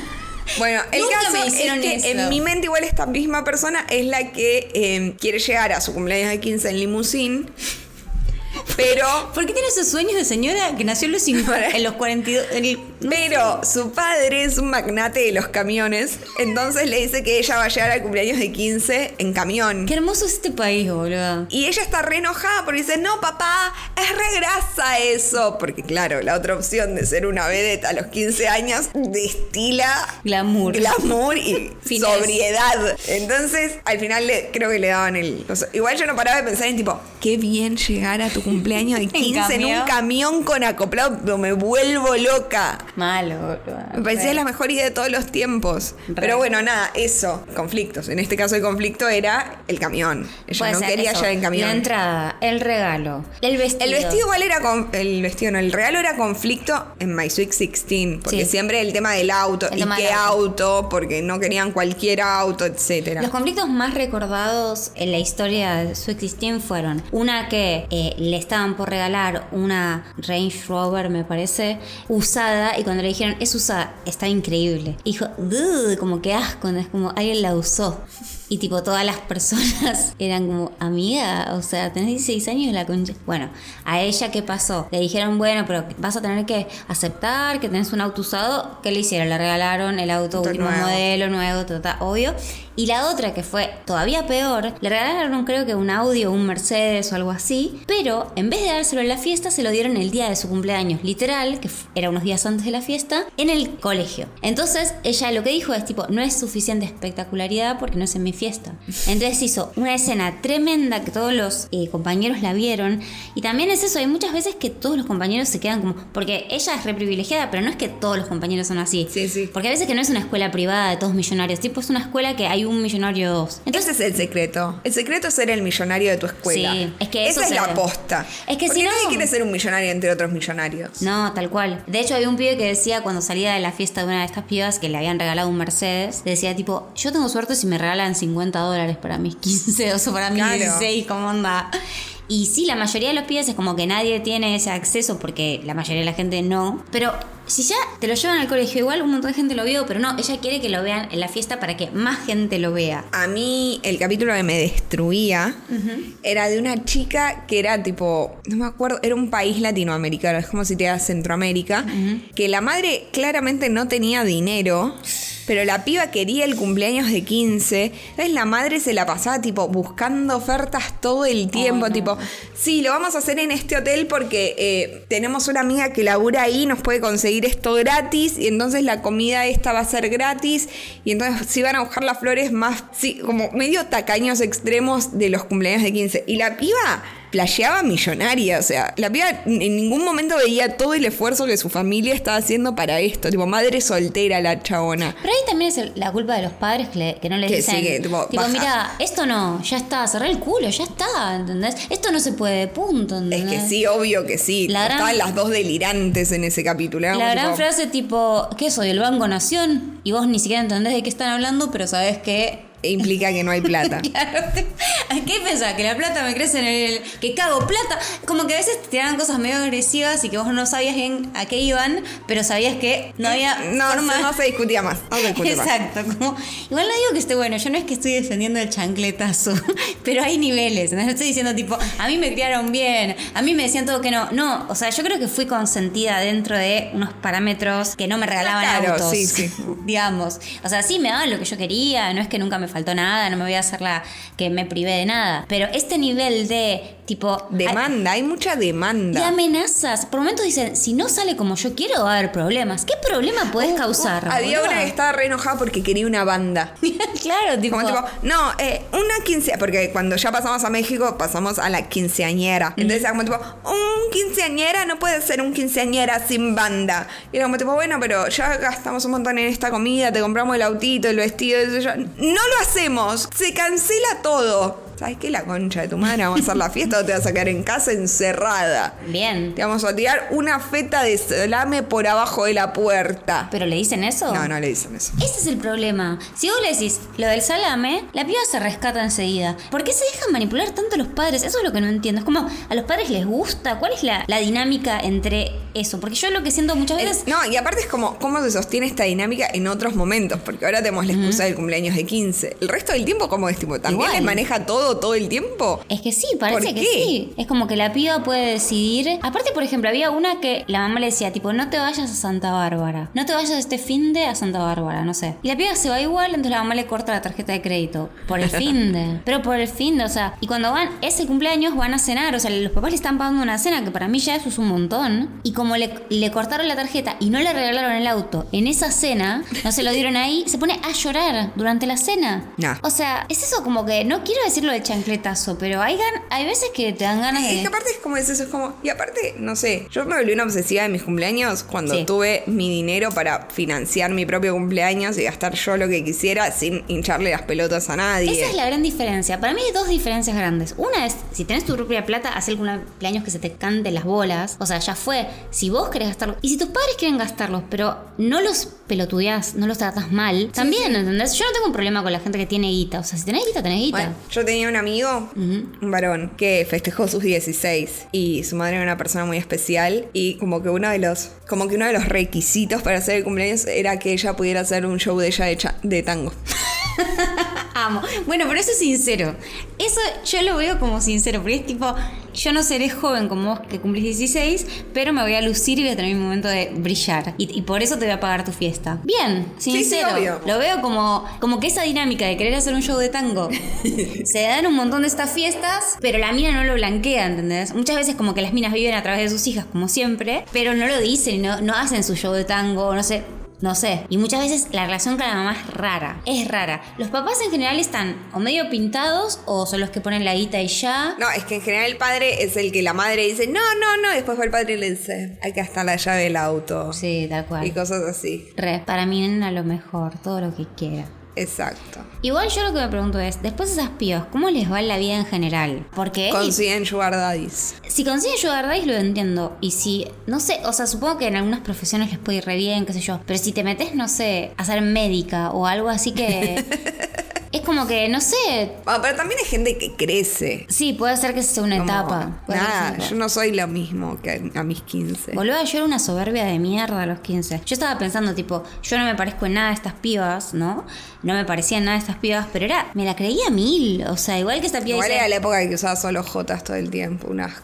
S2: Bueno, el
S3: Nunca
S2: caso
S3: me
S2: es
S3: hicieron
S2: que
S3: eso.
S2: en mi mente igual esta misma em, persona es la que eh, quiere llegar a su cumpleaños de 15 en limusín Pero
S3: ¿Por qué tiene esos sueños de señora que nació en los, cincu- en los 42? en el-
S2: Pero su padre es un magnate de los camiones, entonces le dice que ella va a llegar al cumpleaños de 15 en camión.
S3: Qué hermoso es este país, boludo.
S2: Y ella está re enojada porque dice, no, papá, es re grasa eso. Porque claro, la otra opción de ser una vedeta a los 15 años destila
S3: Glamour.
S2: glamour y
S3: [laughs] Finés.
S2: sobriedad. Entonces, al final le- creo que le daban el... o sea, igual yo no paraba de pensar en tipo, qué bien llegar a tu cumpleaños
S3: [laughs]
S2: de 15 en,
S3: camión.
S2: un camión con acoplado, pero me vuelvo loca.
S3: Malo, boludo.
S2: Me parecía la mejor idea de todos los tiempos.
S3: Re.
S2: Pero bueno, nada, eso. Conflictos. En este caso el conflicto era el camión. Ella
S3: Puede
S2: no
S3: ser
S2: quería
S3: eso.
S2: llegar en camión.
S3: La entrada, el regalo, el vestido.
S2: el vestido igual era con, el vestido no, el regalo era conflicto en My Sweet 16, porque
S3: Sí.
S2: siempre el tema del auto
S3: El
S2: y
S3: tema
S2: qué
S3: del
S2: auto? porque no querían cualquier auto, etcétera.
S3: Los conflictos más recordados en la historia de su existencia fueron una que eh, le estaban por regalar una Range Rover, me parece, usada, y cuando le dijeron es usada, está increíble. Y dijo, "Duh", como que asco, ¿no? es como alguien la usó. Y tipo todas las personas [laughs] eran como, amiga, o sea, tenés 16 años la concha. Bueno, a ella qué pasó? Le dijeron, bueno, pero vas a tener que aceptar que tenés un auto usado. ¿Qué le hicieron? Le regalaron el auto
S2: Auto
S3: último
S2: nuevo.
S3: modelo modelo nuevo, ta, ta, obvio. Y la otra que fue todavía peor, le regalaron creo que un Audi o un Mercedes o algo así, pero en vez de dárselo en la fiesta, se lo dieron el día de su cumpleaños, literal, que f- era unos días antes de la fiesta, en el colegio. Entonces ella lo que dijo es tipo, no es suficiente espectacularidad porque no es en mi fiesta. Entonces hizo una escena tremenda que todos los eh, compañeros la vieron. Y también es eso, hay muchas veces que todos los compañeros se quedan como, porque ella es reprivilegiada, pero no es que todos los compañeros son así.
S2: Sí, sí.
S3: Porque a veces que no es una escuela privada de todos millonarios, tipo es una escuela que hay un millonario o dos.
S2: Ese es el secreto. El secreto es ser el millonario de tu escuela.
S3: Sí, es que eso
S2: Esa es
S3: se
S2: la
S3: ve.
S2: aposta.
S3: Es que
S2: Porque
S3: si no-
S2: nadie quiere ser un millonario entre otros millonarios.
S3: No, tal cual. De hecho, había un pibe que decía cuando salía de la fiesta de una de estas pibas que le habían regalado un Mercedes, decía tipo, yo tengo suerte si me regalan 50 dólares para mis 15, o sea, para mis
S2: Claro.
S3: 16, ¿cómo onda? Y sí, la mayoría de los pibes es como que nadie tiene ese acceso porque la mayoría de la gente no. Pero si ya te lo llevan al colegio, igual un montón de gente lo vio, pero no, ella quiere que lo vean en la fiesta para que más gente lo vea.
S2: A mí el capítulo que me destruía era de una chica que era tipo, no me acuerdo, era un país latinoamericano, es como si te digas Centroamérica, que la madre claramente no tenía dinero, pero la piba quería el cumpleaños de 15, entonces la madre se la pasaba tipo buscando ofertas todo el tiempo, tipo, sí, lo vamos a hacer en este hotel porque eh, tenemos una amiga que labura ahí, nos puede conseguir esto gratis, y entonces la comida esta va a ser gratis, y entonces si van a buscar las flores más, sí, como medio tacaños extremos de los cumpleaños de 15. Y la piba playeaba millonaria, o sea, la piba en ningún momento veía todo el esfuerzo que su familia estaba haciendo para esto, tipo madre soltera la chabona.
S3: Pero ahí también es el- la culpa de los padres que, le- que no les
S2: Que
S3: dicen.
S2: sí, que, tipo,
S3: tipo,
S2: baja.
S3: mira, esto no, ya está, cerré el culo, ya está, ¿entendés? Esto no se puede, punto,
S2: Es que
S3: ¿entendés?
S2: sí, obvio que sí.
S3: La gran-
S2: Estaban las dos delirantes en ese capítulo. era
S3: La
S2: como,
S3: gran
S2: tipo,
S3: frase tipo, ¿qué soy? ¿El Banco Nación? Y vos ni siquiera entendés de qué están hablando, pero sabés que. [laughs]
S2: e implica que no hay plata.
S3: Claro, ¿a ¿qué pensás? Que la plata me crece en el. que cago plata. Como que a veces te tiran cosas medio agresivas y que vos no sabías bien a qué iban, pero sabías que no había.
S2: No,
S3: forma-
S2: no, no se discutía más. No se discutía más.
S3: Exacto, como, igual no digo que esté bueno, yo no es que estoy defendiendo el chancletazo, [laughs] pero hay niveles, no estoy diciendo tipo, a mí me criaron bien, a mí me decían todo que no, no, o sea, yo creo que fui consentida dentro de unos parámetros que no me regalaban
S2: Claro,
S3: autos,
S2: sí, sí.
S3: digamos, o sea, sí me daban lo que yo quería, no es que nunca me faltó nada, no me voy a hacer la que me privé de nada, pero este nivel de tipo...
S2: Demanda, hay mucha
S3: De
S2: demanda.
S3: amenazas. Por momentos dicen, si no sale como yo quiero, va a haber problemas. ¿Qué problema puedes
S2: Oh,
S3: causar?
S2: Había
S3: boluda?
S2: una que estaba re enojada porque quería una banda.
S3: [laughs] claro, tipo.
S2: Como tipo, no, eh, una quince, porque cuando ya pasamos a México, pasamos a la quinceañera. Entonces era como tipo, un quinceañera no puede ser un quinceañera sin banda. Y era como tipo, bueno, pero ya gastamos un montón en esta comida, te compramos el autito, el vestido, eso, yo. No lo hacemos, se cancela todo. ¿Sabes qué? La concha de tu madre, vamos a hacer la fiesta o te vas a quedar en casa encerrada.
S3: Bien.
S2: Te vamos a tirar una feta de salame por abajo de la puerta.
S3: ¿Pero le dicen eso?
S2: No, no le dicen eso.
S3: Ese es el problema. Si vos le decís lo del salame, la piba se rescata enseguida. ¿Por qué se dejan manipular tanto los padres? Eso es lo que no entiendo. Es como, ¿a los padres les gusta? ¿Cuál es la, la dinámica entre eso? Porque yo lo que siento muchas veces...
S2: Eh, No, y aparte es como cómo se sostiene esta dinámica en otros momentos, porque ahora tenemos la excusa del cumpleaños de 15. El resto del tiempo como es tipo, también
S3: Igual.
S2: les maneja todo todo todo el tiempo?
S3: Es que sí, parece
S2: ¿Por
S3: que
S2: qué?
S3: sí. Es como que la piba puede decidir. Aparte, por ejemplo, había una que la mamá le decía, tipo, no te vayas a Santa Bárbara. No te vayas este fin de a Santa Bárbara, no sé. Y la piba se va igual, entonces la mamá le corta la tarjeta de crédito. Por el
S2: [laughs]
S3: fin de. Pero por el fin de, o sea. Y cuando van, es el cumpleaños, van a cenar. O sea, los papás le están pagando una cena, que para mí ya eso es un montón. Y como le, le cortaron la tarjeta y no le regalaron el auto en esa cena, no se lo dieron ahí, se pone a llorar durante la cena.
S2: No.
S3: O sea, es eso como que, no quiero decirlo del chancletazo, pero hay, gan- hay veces que te dan ganas
S2: Es que
S3: de...
S2: aparte es como es eso, es como. Y aparte, no sé, yo me volví una obsesiva de mis cumpleaños cuando
S3: Sí.
S2: tuve mi dinero para financiar mi propio cumpleaños y gastar yo lo que quisiera sin hincharle las pelotas a nadie.
S3: Esa es la gran diferencia. Para mí hay dos diferencias grandes. Una es, si tenés tu propia plata, hacer cumpleaños que se te cante las bolas. O sea, ya fue. Si vos querés gastarlo. Y si tus padres quieren gastarlos, pero no los pelotudeás, no los tratas mal. También, ¿entendés? Yo no tengo un problema con la gente que tiene guita. O sea, si tenés guita, tenés guita.
S2: Bueno, yo tenía un amigo, un varón, que festejó sus 16 y su madre era una persona muy especial y como que uno de los como que uno de los requisitos para hacer el cumpleaños era que ella pudiera hacer un show de ella de, cha- de tango.
S3: [laughs] Amo. Bueno, pero eso es sincero. Eso yo lo veo como sincero, porque es tipo, yo no seré joven como vos que cumplís 16, pero me voy a lucir y voy a tener mi momento de brillar. Y, y por eso te voy a pagar tu fiesta. Bien,
S2: sí,
S3: sincero.
S2: obvio.
S3: Lo veo como, como que esa dinámica de querer hacer un show de
S2: [laughs]
S3: tango se da en un montón de estas fiestas, pero la mina no lo blanquea, ¿entendés? Muchas veces como que las minas viven a través de sus hijas, como siempre, pero no lo dicen, no, no hacen su show de tango, no sé. No sé. Y muchas veces la relación con la mamá es rara. Es rara. Los papás en general están o medio pintados o son los que ponen la guita y ya.
S2: No, es que en general el padre es el que la madre dice, "No, no, no", y después va el padre y le dice, "Hay que gastar la llave del auto."
S3: Sí, tal
S2: Y
S3: cual.
S2: cosas así.
S3: Re, para mí nena lo mejor, todo lo que quiera.
S2: Exacto.
S3: Igual yo lo que me pregunto es, después esas pibas, ¿cómo les va en la vida en general? Porque es
S2: Consiguen sugar daddies.
S3: Si consiguen sugar daddies, lo entiendo. Y si, no sé, o sea, supongo que en algunas profesiones les puede ir re bien, qué sé yo. Pero si te metes, no sé, a ser médica o algo
S2: [laughs]
S3: así que. es como que, no sé.
S2: Bueno, Ah, pero también hay gente que crece.
S3: Sí, puede ser que sea una
S2: Como,
S3: etapa. puede ser que sea una
S2: Nada,
S3: etapa.
S2: yo no soy lo mismo que a mis 15.
S3: Boluda, yo era una soberbia de mierda a los 15. Yo estaba pensando, tipo, yo no me parezco en nada a estas pibas, ¿no? No me parecía en nada a estas pibas, pero era, me la creía mil. O sea, igual que esta piba
S2: Igual
S3: dice-
S2: era la época que usaba solo Jotas todo el tiempo, un asco.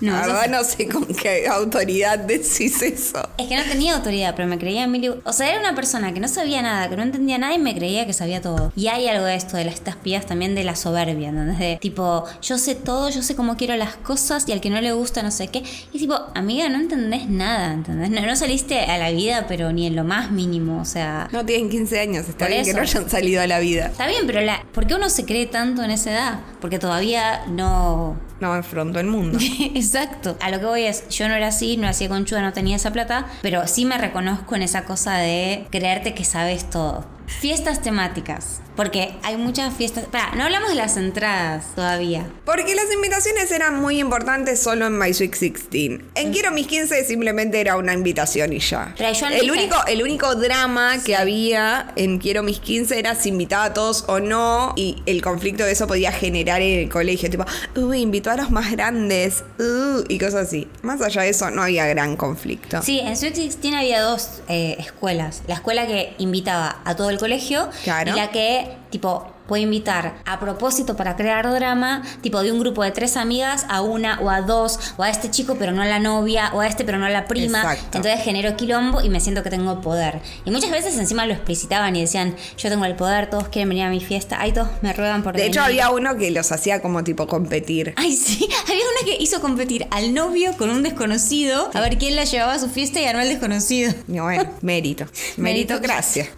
S3: No,
S2: la
S3: eso
S2: verdad
S3: sí.
S2: no sé con qué autoridad decís eso.
S3: Es que no tenía autoridad, pero me creía mil... y- O sea, era una persona que no sabía nada, que no entendía nada y me creía que sabía todo. Y hay algo de esto, de las, estas pías también de la soberbia, ¿entendés? De tipo, yo sé todo, yo sé cómo quiero las cosas y al que no le gusta no sé qué. Y es tipo, amiga, no entendés nada, ¿entendés? No, no saliste a la vida, pero ni en lo más mínimo, o sea...
S2: No tienen 15 años, está
S3: Por
S2: bien que
S3: eso.
S2: no hayan salido a la vida.
S3: Está bien, pero la, ¿por qué uno se cree tanto en esa edad? Porque todavía no...
S2: No, enfrentó el
S3: [laughs]
S2: mundo.
S3: Exacto. A lo que voy es, yo no era así, no hacía conchuda, no tenía esa plata, pero sí me reconozco en esa cosa de creerte que sabes todo. Fiestas temáticas, porque hay muchas fiestas... Pará, no hablamos de las entradas todavía.
S2: Porque las invitaciones eran muy importantes solo en My Sweet 16. En Quiero Mis 15 simplemente era una invitación y ya.
S3: Pero yo no
S2: el,
S3: dije-
S2: único, el único drama que había en Quiero Mis 15 era si invitaba a todos o no. Y el conflicto que eso podía generar en el colegio. Tipo, uy, invitó a los más grandes. uh", y cosas así. Más allá de eso, no había gran conflicto.
S3: Sí, en Sweet 16 había dos eh, escuelas. La escuela que invitaba a todo el colegio
S2: Claro.
S3: y la que, tipo, puede invitar a propósito para crear drama, tipo, de un grupo de tres amigas a una o a dos, o a este chico pero no a la novia, o a este pero no a la prima.
S2: Exacto.
S3: Entonces genero quilombo y me siento que tengo poder. Y muchas veces encima lo explicitaban y decían, yo tengo el poder, todos quieren venir a mi fiesta, ay, todos me ruegan por
S2: De hecho,
S3: venir".
S2: había uno que los hacía como tipo competir.
S3: Ay, sí, [laughs] había una que hizo competir al novio con un desconocido a ver quién la llevaba a su fiesta y ganó el desconocido.
S2: Y bueno, mérito.
S3: [laughs] Mérito.
S2: Meritocracia.
S3: [laughs]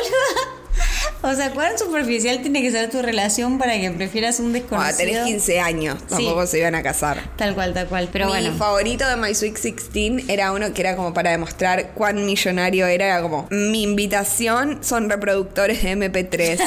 S3: Boluda. O sea, ¿cuán superficial tiene que ser tu relación para que prefieras un
S2: Cuando
S3: desconocido?
S2: tenés 15 años, tampoco se iban a casar.
S3: Tal cual, tal cual. Pero
S2: Mi
S3: bueno.
S2: favorito de My Sweet 16 era uno que era como para demostrar cuán millonario era. Era como, mi invitación son reproductores de
S3: [laughs]
S2: MP3.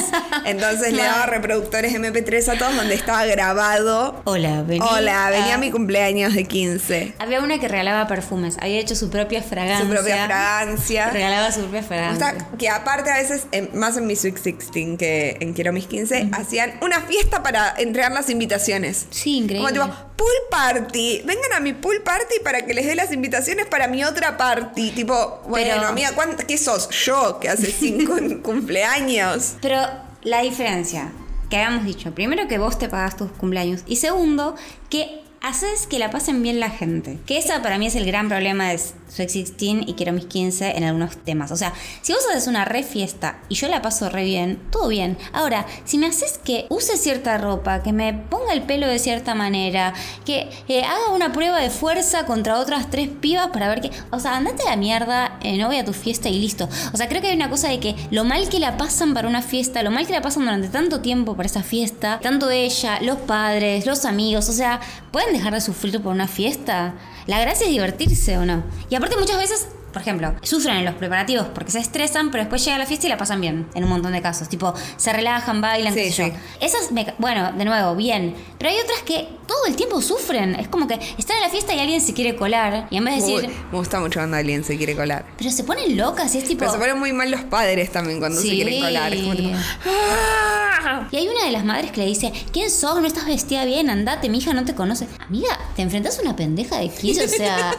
S2: Entonces le daba reproductores de MP3 a todos donde estaba grabado.
S3: Hola, venía.
S2: Hola, venía mi cumpleaños de 15.
S3: Había una que regalaba perfumes. Había hecho su propia fragancia.
S2: Su propia fragancia.
S3: Regalaba su propia
S2: O
S3: fragancia.
S2: sea, que aparte a veces, en- más en mi Sweet 16 que en Quiero Mis 15, hacían una fiesta para entregar las invitaciones.
S3: Sí,
S2: Como
S3: increíble.
S2: tipo, pool party. Vengan a mi pool party para que les dé las invitaciones para mi otra party. Tipo, bueno,
S3: Pero-
S2: amiga,
S3: [laughs]
S2: ¿cuánt- ¿qué sos? Yo, que hace cinco cumpleaños.
S3: Pero la diferencia que habíamos dicho, primero que vos te pagás tus cumpleaños y segundo que haces que la pasen bien la gente. Que esa para mí es el gran problema de Sweet 16 y Quiero mis 15 en algunos temas. O sea, si vos haces una re fiesta y yo la paso re bien, todo bien. Ahora, si me haces que use cierta ropa, que me ponga el pelo de cierta manera, que eh, haga una prueba de fuerza contra otras tres pibas para ver que... O sea, andate a la mierda, eh, no voy a tu fiesta y listo. O sea, creo que hay una cosa de que lo mal que la pasan para una fiesta, lo mal que la pasan durante tanto tiempo para esa fiesta, tanto ella, los padres, los amigos, o sea, pueden dejar de sufrir por una fiesta? La gracia es divertirse o no. Y aparte muchas veces, por ejemplo, sufren en los preparativos porque se estresan, pero después llega la fiesta y la pasan bien, en un montón de casos. Tipo, se relajan, bailan,
S2: Sí,
S3: qué sé yo.
S2: sí.
S3: Esas, me ca- bueno, de nuevo, bien. Pero hay otras que todo el tiempo sufren. Es como que están en la fiesta y alguien se quiere colar y en vez de
S2: Uy,
S3: decir...
S2: me gusta mucho cuando alguien se quiere colar.
S3: Pero se ponen locas y es tipo...
S2: Pero se ponen muy mal los padres también cuando se
S3: Sí.
S2: quieren colar. Es como tipo, "Ah".
S3: Y hay una de las madres que le dice, ¿quién sos? No estás vestida bien, andate, mi hija no te conoce. Amiga, te enfrentas a una pendeja de 15,
S2: [laughs]
S3: o sea,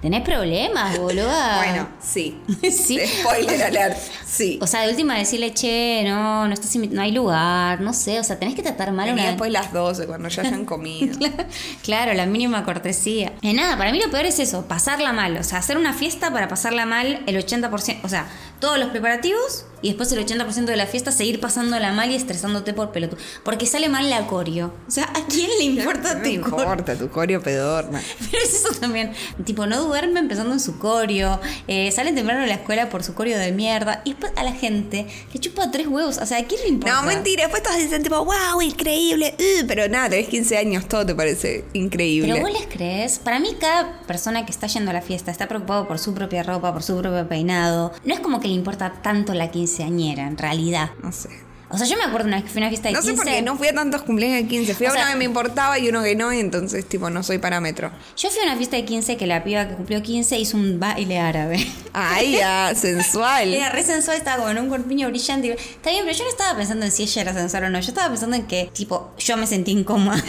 S3: tenés problemas, boluda.
S2: Bueno, sí.
S3: Ah. [laughs] sí.
S2: [laughs] Spoiler alert. Sí.
S3: O sea, de última decirle, che, no, no estás invi- no hay lugar, no sé, o sea, tenés que tratar mal a
S2: Venía
S3: una.
S2: después las 12 cuando ya hayan comido.
S3: [laughs] Claro, la mínima cortesía. Eh, nada, para mí lo peor es eso, pasarla mal. O sea, hacer una fiesta para pasarla mal el 80%, o sea, todos los preparativos y después el 80% de la fiesta seguir pasándola mal y estresándote por pelotudo. Porque sale mal la coreo. O sea, ¿a quién le
S2: [laughs]
S3: importa
S2: No
S3: tu coreo?
S2: importa, tu coreo pedorna.
S3: [laughs] Pero es eso también. Tipo, no duerme empezando en su corio. eh, salen temprano de la escuela por su corio de mierda. Y después a la gente le chupa tres huevos. O sea, ¿a quién le importa?
S2: No, mentira. Después todos dicen tipo, wow, increíble. uh", pero nada, tenés 15 años, todo te parece increíble.
S3: Pero vos les crees, para mí cada persona que está yendo a la fiesta está preocupado por su propia ropa, por su propio peinado. No es como que le importa tanto la quinceañera, en realidad.
S2: No sé.
S3: O sea, yo me acuerdo una vez que fui a una fiesta de
S2: No sé
S3: 15.
S2: por qué no fui a tantos cumpleaños de 15. Fui
S3: O
S2: a una
S3: sea-
S2: que me importaba y uno que no, y entonces, tipo, no soy parámetro.
S3: Yo fui a una fiesta de 15 que la piba que cumplió 15 hizo un
S2: [laughs]
S3: baile árabe. [laughs]
S2: Ay, ya,
S3: Era
S2: sensual.
S3: re sensual, estaba con un corpiño brillante. Está bien, pero yo no estaba pensando en si ella era sensual o no. Yo estaba pensando en que, tipo, yo me
S2: [laughs]
S3: sentí incómoda.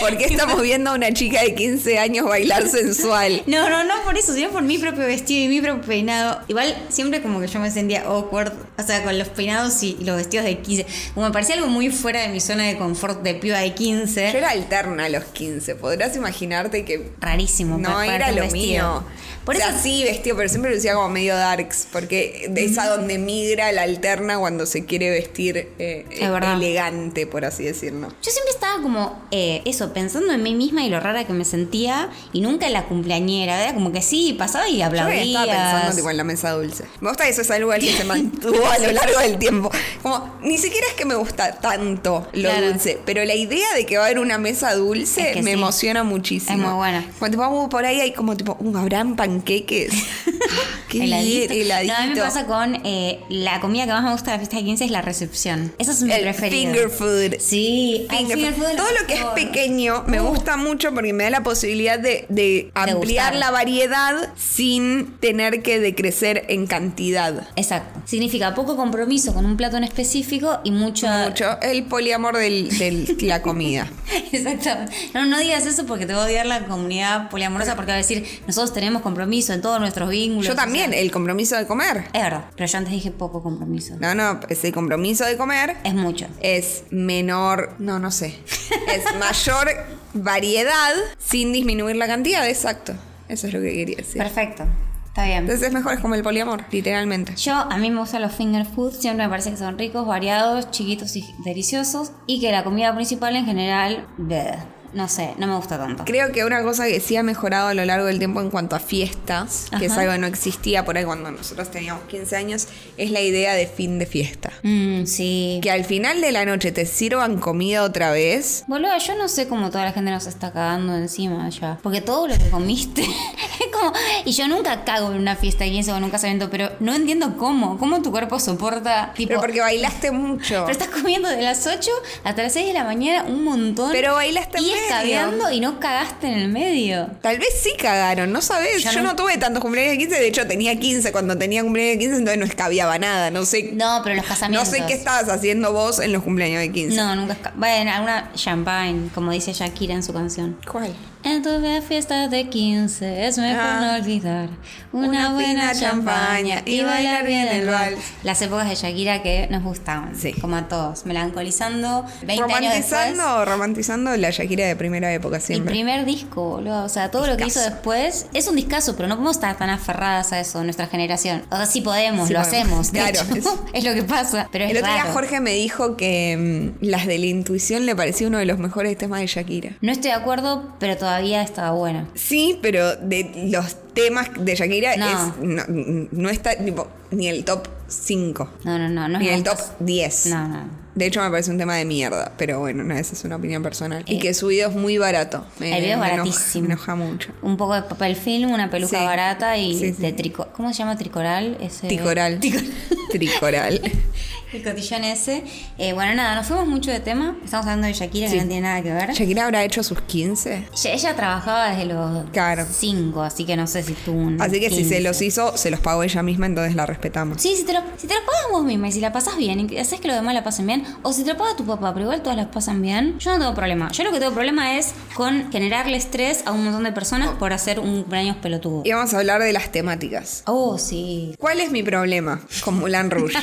S2: ¿Por qué
S3: [laughs]
S2: estamos viendo a una chica de 15 años bailar sensual?
S3: No, no, no por eso, sino por mi propio vestido y mi propio peinado. Igual siempre como que yo me sentía awkward, o sea, con los peinados y y los vestidos de 15. Como me parecía algo muy fuera de mi zona de confort de piba de 15.
S2: Yo era alterna a los 15. Podrás imaginarte que
S3: Rarísimo.
S2: no
S3: pa-
S2: era
S3: ponerte un
S2: lo
S3: vestido.
S2: mío.
S3: Por
S2: o sea,
S3: eso
S2: sí vestido, pero siempre lucía como medio darks, porque de esa donde migra la alterna cuando se quiere vestir eh,
S3: Es verdad.
S2: elegante, por así decirlo.
S3: Yo siempre estaba como eh, eso, pensando en mí misma y lo rara que me sentía, y nunca en la cumpleañera, era como que sí, pasaba y
S2: Yo
S3: aplaudía.
S2: estaba pensando tipo, en la mesa dulce. Me gusta que eso es algo que se mantuvo
S3: [laughs]
S2: a lo largo del tiempo. Como, ni siquiera es que me gusta tanto lo
S3: Claro.
S2: dulce, pero la idea de que va a haber una mesa dulce
S3: Es que
S2: me
S3: sí.
S2: emociona muchísimo.
S3: Es muy buena.
S2: Cuando vamos por ahí hay como tipo, un habrán
S3: [laughs]
S2: panqueques. Ah, Qué bien,
S3: Heladito.
S2: heladito.
S3: No, a mí me pasa con eh, la comida que más me gusta de la fiesta de 15 es la recepción. Esa es mi
S2: el
S3: preferida.
S2: finger food.
S3: Sí, ay,
S2: Finger
S3: finger
S2: food.
S3: food es
S2: Todo lo
S3: mejor.
S2: que es pequeño me
S3: Uh.
S2: gusta mucho porque me da la posibilidad de, de ampliar
S3: gustar.
S2: la variedad sin tener que decrecer en cantidad.
S3: Exacto. Significa poco compromiso con un plato en específico y mucho.
S2: Mucho. El poliamor de la comida.
S3: [laughs] Exactamente. No, no digas eso porque te va a odiar la comunidad poliamorosa porque va a decir, nosotros tenemos compromiso en todos nuestros vínculos.
S2: Yo también, eh. el compromiso de comer.
S3: Es verdad, pero yo antes dije poco compromiso.
S2: No, no, es el compromiso de comer.
S3: Es mucho.
S2: Es menor, no, no
S3: [laughs]
S2: sé. Es mayor variedad sin disminuir la cantidad, exacto. Eso es lo que quería decir.
S3: Perfecto. Está bien.
S2: Entonces es mejor, es como el poliamor, literalmente.
S3: Yo, a mí me gustan los finger food, siempre me parece que son ricos, variados, chiquitos y deliciosos. Y que la comida principal en general, bleh, no sé, no me gusta tanto.
S2: Creo que una cosa que sí ha mejorado a lo largo del tiempo en cuanto a fiestas, que es
S3: Ajá.
S2: algo que no existía por ahí cuando nosotros teníamos 15 años, es la idea de fin de fiesta.
S3: Mm, sí.
S2: Que al final de la noche te sirvan comida otra vez.
S3: Boludo, yo no sé cómo toda la gente nos está cagando encima ya. Porque todo lo que comiste. [laughs] es como. Y yo nunca cago en una fiesta y eso, o en un casamiento, pero no entiendo cómo. ¿Cómo tu cuerpo soporta? Tipo.
S2: Pero porque bailaste mucho.
S3: [laughs] pero estás comiendo de las 8 hasta las 6 de la mañana un montón.
S2: Pero bailaste en
S3: Y
S2: medio.
S3: escabeando y no cagaste en el medio.
S2: Tal vez sí cagaron, no sabes. Yo,
S3: Yo
S2: no...
S3: no-
S2: tuve tantos cumpleaños de 15, de hecho tenía 15. Cuando tenía cumpleaños de 15, entonces no escabiaba nada. No sé,
S3: No, pero los
S2: no
S3: casamientos.
S2: sé qué estabas haciendo vos en los cumpleaños de 15.
S3: No, nunca esca- Bueno, alguna champagne, como dice Shakira en su canción.
S2: ¿Cuál?
S3: En tu fiesta de 15 es mejor
S2: Ah.
S3: no olvidar una,
S2: Una
S3: buena
S2: fina champaña
S3: champaña
S2: y bailar bien el vals.
S3: Las épocas de Shakira que nos gustaban,
S2: Sí.
S3: como a todos, melancolizando, 20 años después.
S2: Romantizando, romantizando la Shakira de primera época
S3: El
S2: siempre.
S3: primer disco, boludo. O sea, todo lo que hizo
S2: Discazo.
S3: después es un discazo, pero no podemos estar tan aferradas a eso, nuestra generación. O sea, sí podemos,
S2: Sí
S3: lo
S2: podemos.
S3: hacemos. de
S2: Claro,
S3: hecho.
S2: es-
S3: [laughs] Es... lo que pasa. Pero es
S2: El otro día
S3: raro.
S2: Jorge me dijo que mm, las de la intuición le parecía uno de los mejores temas de Shakira.
S3: No estoy de acuerdo, pero todavía estaba bueno.
S2: Sí, pero de los temas de Shakira
S3: No.
S2: es- no, mm, no está tipo, ni el top 5,
S3: No, no, no. no es
S2: ni el
S3: nuestro-
S2: top 10.
S3: No, no.
S2: De hecho, me parece un tema de mierda, pero bueno, no, esa es una opinión personal. y que su video es muy barato. Me-
S3: Eh, el video es
S2: me enoja-
S3: baratísimo.
S2: Me enoja mucho.
S3: Un poco de papel film, una peluca
S2: Sí.
S3: barata y
S2: Sí, sí.
S3: de trico. ¿Cómo se llama tricoral? Ese... [laughs]
S2: Ticoral. Tricoral.
S3: El cotillón ese. Eh, bueno, nada, nos fuimos mucho de tema. Estamos hablando de Shakira,
S2: Sí.
S3: que no tiene nada que ver.
S2: ¿Shakira habrá hecho sus 15?
S3: Ella, ella trabajaba desde los
S2: Claro.
S3: 5, así que no sé si tuvo un.
S2: Así que si se
S3: 15.
S2: los hizo, se los pagó ella misma, entonces la respetamos.
S3: Sí, si te, lo, si te lo pagas vos misma y si la pasas bien, y que- haces que los demás la pasen bien, o si te lo paga tu papá, pero igual todas las pasan bien, yo no tengo problema. Yo lo que tengo problema es con generarle estrés a un montón de personas por hacer un cumpleaños pelotudo.
S2: Y vamos a hablar de las temáticas.
S3: Oh, sí.
S2: ¿Cuál es mi problema con Mulan
S3: [laughs]
S2: Rouge?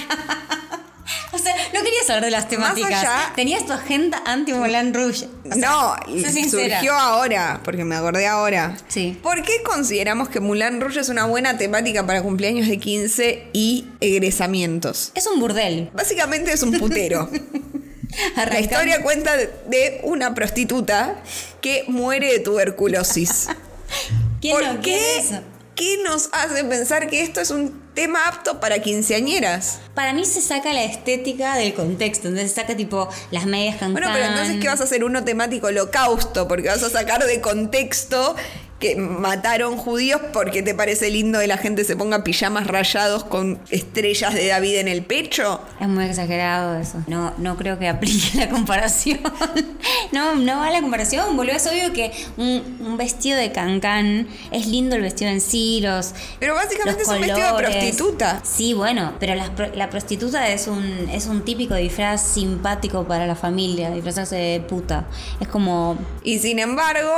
S3: O sea, no quería saber de las temáticas.
S2: allá-
S3: Tenías tu agenda anti Moulin Rouge. O sea,
S2: No,
S3: sé sincera.
S2: surgió ahora, porque me acordé ahora.
S3: Sí.
S2: ¿Por qué consideramos que Mulan Rouge es una buena temática para cumpleaños de 15 y egresamientos?
S3: Es un burdel.
S2: Básicamente es un
S3: [laughs]
S2: putero. La
S3: Arrancando.
S2: historia cuenta de una prostituta que muere de tuberculosis.
S3: [laughs] ¿Quién
S2: ¿Por
S3: no quiere
S2: qué?
S3: eso?
S2: ¿Qué nos hace pensar que esto es un tema apto para quinceañeras?
S3: Para mí se saca la estética del contexto. Entonces se saca tipo las medias cansadas.
S2: Bueno, pero entonces, ¿qué vas a hacer? Uno temático holocausto, porque vas a sacar de contexto que mataron judíos porque te parece lindo que la gente se ponga pijamas rayados con estrellas de David en el pecho.
S3: Es muy exagerado eso. No, no creo que aplique la comparación. [laughs] No, no va la comparación, boludo. Es obvio que un, un vestido de cancán es lindo el vestido en sí, los.
S2: Pero básicamente
S3: los
S2: es un vestido de
S3: colores.
S2: prostituta.
S3: Sí, bueno, pero las pro- la, prostituta es un, es un típico disfraz simpático para la familia, disfrazarse de puta. Es como.
S2: Y sin embargo,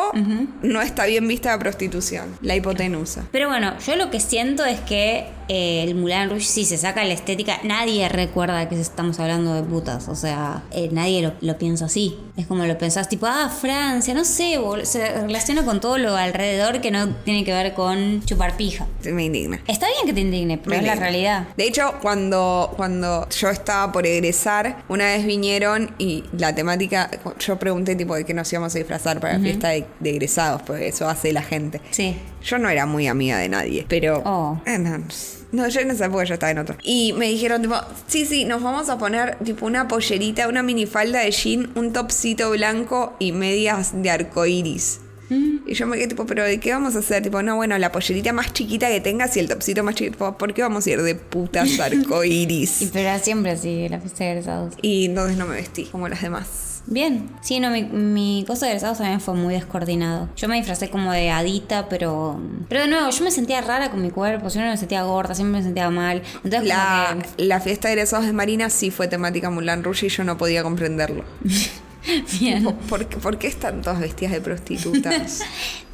S2: no está bien vista la prostitución, la hipotenusa.
S3: Pero bueno, yo lo que siento es que eh, el Mulan Rouge sí se saca la estética. Nadie recuerda que estamos hablando de putas. O sea, eh, nadie lo, lo piensa así. Es como lo pensás tipo, ah, Francia, no sé, bol- se relaciona con todo lo alrededor que no tiene que ver con chupar pija.
S2: Me indigna.
S3: Está bien que te indigne, pero
S2: Me
S3: es la
S2: indigna.
S3: realidad.
S2: De hecho, cuando, cuando yo estaba por egresar, una vez vinieron y la temática, yo pregunté tipo de qué nos íbamos a disfrazar para la fiesta de, de egresados, porque eso hace la gente.
S3: Sí.
S2: Yo no era muy amiga de nadie, pero...
S3: Oh.
S2: Eh, no, no, yo en esa época ya estaba en otro. Y me dijeron tipo, sí, sí, nos vamos a poner tipo una pollerita, una minifalda de jean, un topsito blanco y medias de arcoiris.
S3: Mm.
S2: Y yo me quedé tipo, pero ¿de qué vamos a hacer? Tipo, no, bueno, la pollerita más chiquita que tengas y el topsito más chiquito. Tipo, ¿Por qué vamos a ir de
S3: [laughs]
S2: putas
S3: Y
S2: arcoiris?
S3: pero era siempre así, la fiesta de egresados.
S2: y entonces no me vestí como las demás.
S3: Bien, sí, no, mi, mi cosa de egresados también fue muy descoordinado. Yo me disfracé como de adita, pero. Pero de nuevo, yo me sentía rara con mi cuerpo, yo no me sentía gorda, siempre me sentía mal. Entonces,
S2: La,
S3: como
S2: la fiesta de egresados de Marina sí fue temática Mulan Rouge y yo no podía comprenderlo.
S3: que. Bien.
S2: ¿Por, qué- por qué están todas vestidas de prostitutas?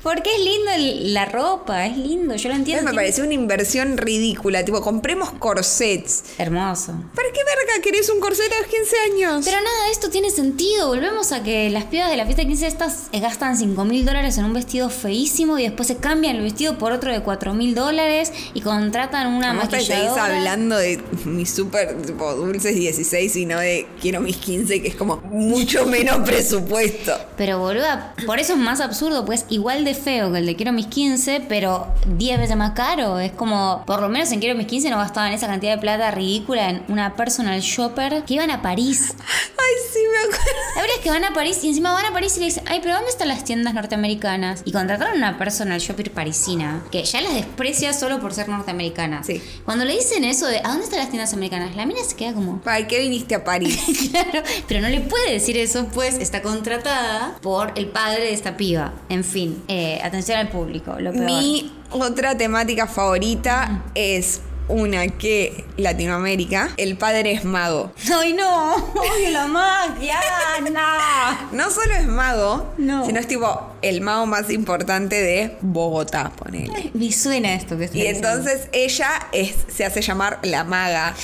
S3: Porque es lindo el- la ropa, es lindo, yo lo entiendo.
S2: me
S3: tiene-
S2: pareció una inversión ridícula. Tipo, compremos corsets.
S3: Hermoso.
S2: ¿Para qué verga querés un corset a los 15 años?
S3: Pero nada, esto tiene sentido. Volvemos a que las pibas de la fiesta de 15 estas eh, gastan 5 mil dólares en un vestido feísimo y después se cambian el vestido por otro de 4 mil dólares y contratan una
S2: Vos te seguís
S3: maquilladora.
S2: hablando de mis super tipo, dulces 16 y no de quiero mis 15, que es como mucho menos presupuesto.
S3: Pero boluda, por eso es más absurdo, pues igual de feo que el de Quiero mis 15, pero 10 veces más caro. Es como, por lo menos en Quiero mis 15 no gastaban esa cantidad de plata ridícula en una personal shopper que iban a París.
S2: Ay, sí, me acuerdo.
S3: La verdad es que van a París y encima van a París y le dicen, ay, pero ¿dónde están las tiendas norteamericanas? Y contrataron una personal shopper parisina, que ya las desprecia solo por ser norteamericanas.
S2: Sí.
S3: Cuando le dicen eso de, ¿a dónde están las tiendas americanas? La mina se queda como...
S2: ¿Para qué viniste a París?
S3: [laughs] Claro, pero no le puede decir eso, pues está contratada por el padre de esta piba. En fin, eh, atención al público, lo peor.
S2: Mi otra temática favorita es una que Latinoamérica, el padre es mago.
S3: ¡Ay, no! ¡Odio la magia! ¡No!
S2: No solo es mago,
S3: No.
S2: sino es tipo el mago más importante de Bogotá, ponele.
S3: Me suena esto que está
S2: Y
S3: diciendo.
S2: entonces ella es, se hace llamar la maga.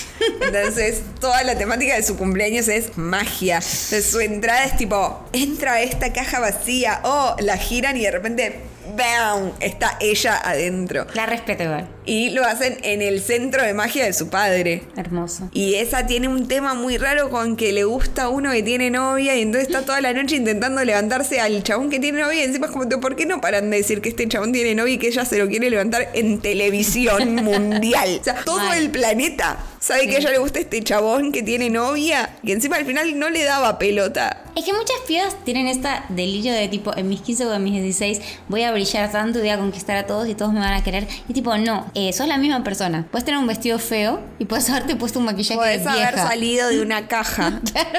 S2: Entonces toda la temática de su cumpleaños es magia. Entonces su entrada es tipo, entra a esta caja vacía, oh, la giran y de repente, ¡bam! Está ella adentro.
S3: La respeto igual.
S2: Y lo hacen en el centro de magia de su padre.
S3: Hermoso.
S2: Y esa tiene un tema muy raro con que le gusta uno que tiene novia y entonces está toda la noche intentando levantarse al chabón que tiene novia y encima es como, ¿por qué no paran de decir que este chabón tiene novia y que ella se lo quiere levantar en
S3: [laughs]
S2: televisión mundial? O sea, todo
S3: Mal.
S2: el planeta sabe que a ella le gusta este chabón que tiene novia y encima al final no le daba pelota.
S3: Es que muchas pibas tienen este delirio de tipo, en mis 15 o en mis 16 voy a brillar tanto y voy a conquistar a todos y todos me van a querer. Y tipo, no, eh, sos la misma persona. Puedes tener un vestido feo y puedes haberte puesto un maquillaje de
S2: Podés haber
S3: vieja.
S2: salido de una
S3: [laughs]
S2: caja.
S3: Claro,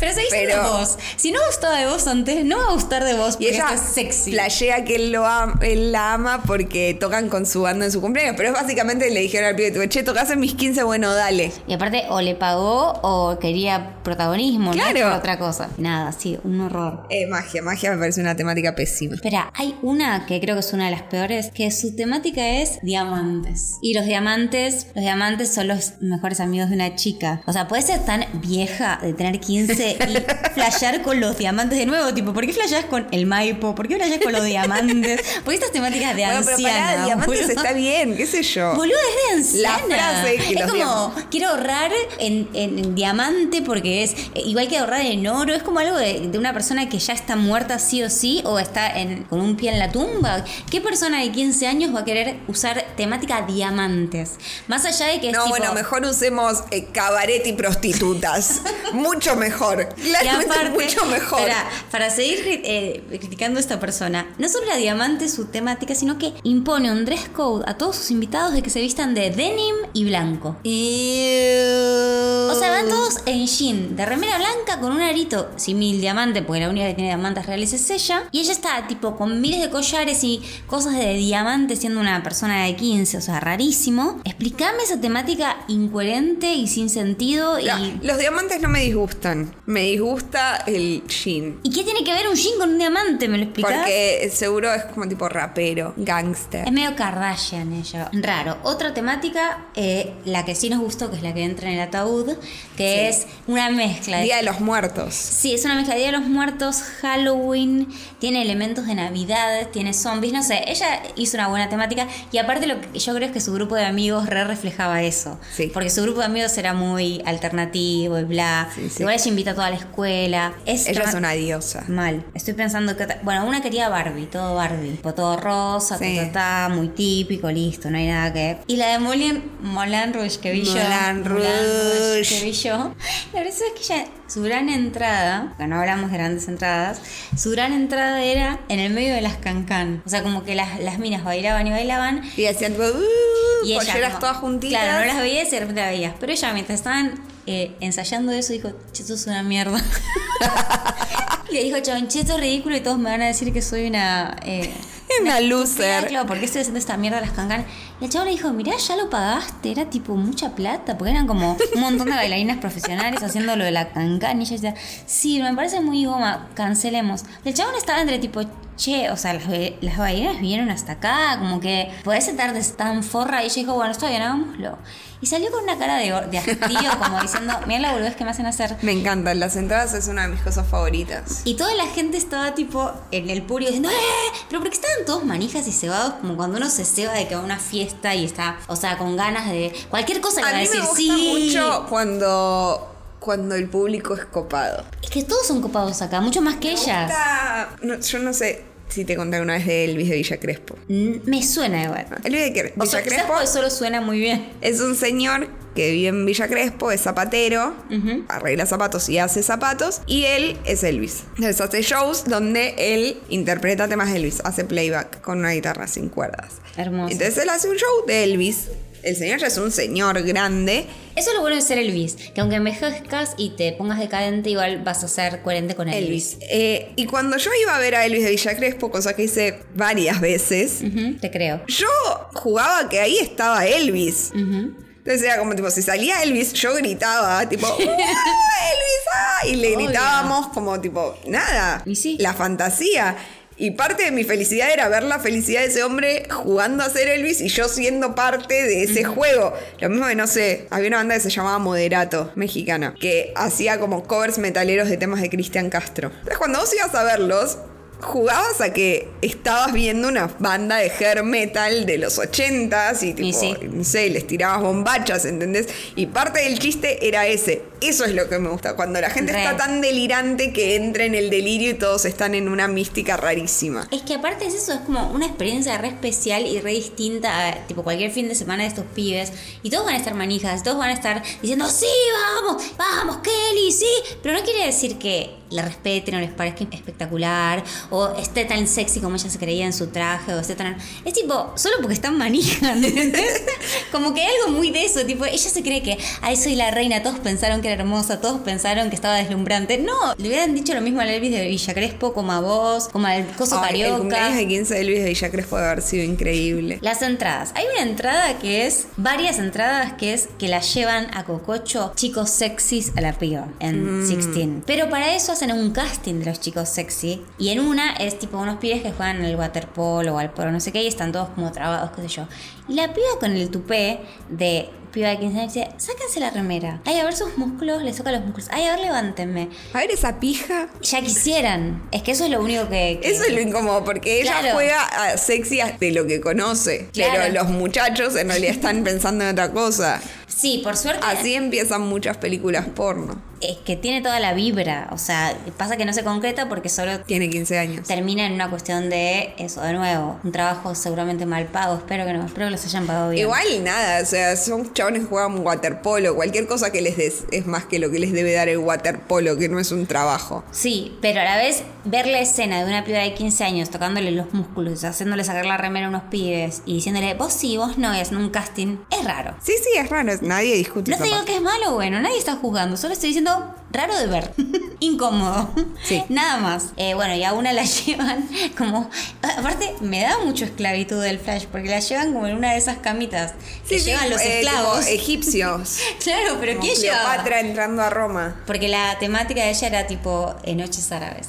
S3: pero seguís siendo
S2: Pero-
S3: vos. Si no gustaba de vos antes, no va a gustar de vos
S2: Y
S3: porque
S2: ella
S3: esto es sexy.
S2: flashea que él, lo am- él la ama porque tocan con su banda en su cumpleaños. Pero es básicamente le dijeron al pibe, tipo, che, tocas en mis 15, bueno, dale.
S3: Y aparte, o le pagó o quería protagonismo, no
S2: Claro.
S3: Por otra cosa. Nada, sí, un horror.
S2: Eh, magia, magia me parece una temática pésima.
S3: Espera, hay una que creo que es una de las peores, que su temática es diamantes. Y los diamantes, los diamantes son los mejores amigos de una chica. O sea, puede ser tan vieja de tener 15
S2: [laughs]
S3: y flashear con los diamantes de nuevo. Tipo, ¿por qué flasheas con el Maipo? ¿Por qué flasheas con
S2: [laughs]
S3: los diamantes? Porque estas temáticas de
S2: Bueno, pero pará,
S3: anciana,
S2: diamantes
S3: boludo.
S2: está bien, qué sé yo.
S3: Boludo, es de
S2: La
S3: anciana.
S2: frase que
S3: es
S2: los
S3: como,
S2: diamantes.
S3: quiero ahorrar en, en- en diamante porque es eh, igual que ahorrar en oro. Es como algo de, de una persona que ya está muerta sí o sí o está en- con un pie en la tumba. ¿Qué persona de 15 años va a querer usar temática diamantes? Más allá de que es
S2: No,
S3: tipo,
S2: bueno, mejor usemos eh, cabaret y
S3: [laughs]
S2: prostitutas. mucho mejor.
S3: Y
S2: Claramente
S3: aparte,
S2: mucho mejor.
S3: [laughs] Para, para seguir cri- eh, criticando a esta persona, no solo la diamante es su temática, sino que impone un dress code a todos sus invitados de que se vistan de denim y blanco. O sea, van todos en jean, de remera blanca con un arito simil diamante, porque la única que tiene diamantes reales es ella. Y ella está tipo con miles de collares y cosas de diamante siendo una persona de 15, o sea, rarísimo. Explícame esa temática incoherente y sin sentido y...
S2: Ya, Los diamantes no me disgustan. Me disgusta el jean.
S3: ¿Y qué tiene que ver un jean con un diamante? ¿Me lo explicas?
S2: Porque seguro es como tipo rapero, gangster.
S3: Es medio Kardashian ella. Raro. Otra temática, eh, la que sí nos gustó, que es la que entra en el ataúd, que es una mezcla de
S2: Día de los muertos.
S3: Sí, es una mezcla de Día de los Muertos, Halloween, tiene elementos de Navidad, tiene zombies, no sé, ella hizo una buena temática y aparte lo que yo creo es que su grupo de amigos re reflejaba eso,
S2: Sí.
S3: porque su grupo de amigos era muy alternativo y bla,
S2: Sí, sí.
S3: igual ella invita a toda la escuela. Es
S2: Ella
S3: tema-
S2: es una diosa.
S3: Mal, estoy pensando que... otra- Bueno, una quería Barbie, todo Barbie. tipo, Todo rosa,
S2: Sí.
S3: ta, ta, ta, muy típico, listo, no hay nada que... Y la de Moulin, Moulin Rouge que vi yo...
S2: Moulin Rouge.
S3: que vi yo. La verdad es que ella, su gran entrada, que no hablamos de grandes entradas, su gran entrada era en el medio de las cancán. O sea, como que las, las minas bailaban y bailaban
S2: Y hacían tipo, uh,
S3: y ella
S2: polleras
S3: como-
S2: todas juntitas.
S3: Claro, no las veías y de repente las veías. Pero ella mientras estaban eh, ensayando eso dijo, che, esto es
S2: [laughs]
S3: una mierda. [laughs] y le dijo, chabón, che, esto es ridículo y todos me van a decir que soy una... Eh,
S2: [laughs] Una
S3: estúpida,
S2: loser.
S3: Claro, ¿por qué estoy haciendo esta mierda a las cancan? Y el chabón le dijo, mirá, ya lo pagaste, era tipo mucha plata, porque eran como un montón de bailarinas profesionales haciendo lo de la cancan. Y ella decía, sí, me parece muy goma, cancelemos. Y el chabón estaba entre tipo, che, o sea, las, be- las bailarinas vinieron hasta acá, como que podés estar de tan forra. Y ella dijo, bueno, está bien, hagámoslo. Y salió con una cara de, de hastío, como diciendo, mirá la boludez que me hacen hacer.
S2: Me encantan, las entradas es una de mis cosas favoritas.
S3: Y toda la gente estaba tipo en el purio diciendo, ¡Eh! Pero porque estaban todos manijas y cebados, como cuando uno se ceba de que va a una fiesta y está, o sea, con ganas de cualquier cosa que
S2: A
S3: va a
S2: mí me
S3: decir
S2: gusta
S3: sí.
S2: mucho cuando, cuando el público es copado.
S3: Es que todos son copados acá, mucho más que ellas.
S2: Está- no, yo no sé si te conté una vez de Elvis de Villa Crespo.
S3: Mm, Me suena igual.
S2: Elvis de Cre-
S3: O
S2: Villa
S3: sea, quizás
S2: Crespo
S3: porque solo suena muy bien.
S2: es un señor que vive en Villa Crespo, es zapatero, arregla zapatos y hace zapatos, y él es Elvis. Entonces hace shows donde él interpreta temas de Elvis, hace playback con una guitarra sin cuerdas.
S3: Hermoso.
S2: Entonces él hace un show de Elvis. El señor ya es un señor grande.
S3: Eso es lo bueno de ser Elvis, que aunque envejezcas y te pongas decadente, igual vas a ser coherente con Elvis.
S2: Elvis. Eh, y cuando yo iba a ver a Elvis de Villa Crespo, cosa que hice varias veces,
S3: Ujú, te creo.
S2: yo jugaba que ahí estaba Elvis.
S3: Ujú.
S2: Entonces era como tipo, si salía Elvis, yo gritaba,
S3: [laughs]
S2: tipo, ¡Ah, Elvis! ah", Y le
S3: Obvio.
S2: gritábamos como tipo, nada.
S3: Y sí.
S2: La fantasía. Y parte de mi felicidad era ver la felicidad de ese hombre jugando a ser Elvis y yo siendo parte de ese juego. Lo mismo que no sé, había una banda que se llamaba Moderato, mexicana, que hacía como covers metaleros de temas de Cristian Castro. Entonces cuando vos ibas a verlos, jugabas a que estabas viendo una banda de hair metal de los 80s y tipo,
S3: sí.
S2: no sé, les tirabas bombachas, ¿entendés? Y parte del chiste era ese. Eso es lo que me gusta, cuando la gente
S3: Re.
S2: está tan delirante que entra en el delirio y todos están en una mística rarísima.
S3: Es que aparte es eso, es como una experiencia re especial y re distinta a tipo cualquier fin de semana de estos pibes. Y todos van a estar manijas, todos van a estar diciendo, sí, vamos, vamos, Kelly, sí. Pero no quiere decir que la respeten o les parezca espectacular o esté tan sexy como ella se creía en su traje o esté tan... Es tipo, solo porque están manijas, ¿entendés? Como que hay algo muy de eso, tipo, ella se cree que, ay, soy la reina, todos pensaron que era hermosa, todos pensaron que estaba deslumbrante. No, le hubieran dicho lo mismo al Elvis de Villa Crespo, como a vos, como al coso
S2: Ay, el cumpleaños
S3: carioca.
S2: de 15 de Luis de Villa Crespo debe haber sido increíble.
S3: Las entradas. Hay una entrada que es, varias entradas que es que la llevan a Cococho chicos sexys a la piba en
S2: Mm.
S3: 16. Pero para eso hacen un casting de los chicos sexy. Y en una es tipo unos pibes que juegan al waterpolo o al polo, no sé qué, y están todos como trabados, qué sé yo. Y la piba con el tupé de piba de 15 años dice, sáquense la remera. Ay, a ver sus músculos, les toca los músculos. Ay, a ver, levántenme.
S2: A ver esa pija.
S3: Ya quisieran. Es que eso es lo único que... que-
S2: Eso es lo incómodo, porque ella
S3: Claro.
S2: juega a sexy de lo que conoce,
S3: Claro.
S2: pero los muchachos en realidad están
S3: [laughs]
S2: pensando en otra cosa.
S3: Sí, por suerte...
S2: Así empiezan muchas películas porno.
S3: es que tiene toda la vibra. O sea, pasa que no se concreta porque solo
S2: Tiene 15 años.
S3: termina en una cuestión de eso, de nuevo. Un trabajo seguramente mal pago. Espero que no, espero que los hayan pagado bien.
S2: Igual nada, o sea, son chabones que juegan waterpolo, cualquier cosa que les des es más que lo que les debe dar el waterpolo, que no es un trabajo.
S3: Sí, pero a la vez ver la escena de una piba de 15 años tocándole los músculos, haciéndole sacar la remera a unos pibes y diciéndole vos sí, vos no, y haciendo un casting, es raro.
S2: Sí, sí, es raro, nadie discute
S3: No
S2: esa
S3: te digo
S2: parte.
S3: que es malo o bueno, nadie está juzgando, solo estoy diciendo raro de ver, [laughs] incómodo,
S2: Sí.
S3: nada más. Eh, bueno, y a una la [laughs] llevan como, aparte me da mucho esclavitud del flash, porque la llevan como en una de esas camitas que
S2: Sí, sí,
S3: llevan los
S2: eh,
S3: esclavos.
S2: tipo, egipcios.
S3: [laughs] claro, pero
S2: Como
S3: ¿quién llevaba?
S2: Cleopatra entrando a Roma.
S3: [laughs] Porque la temática de ella era tipo eh, noches árabes.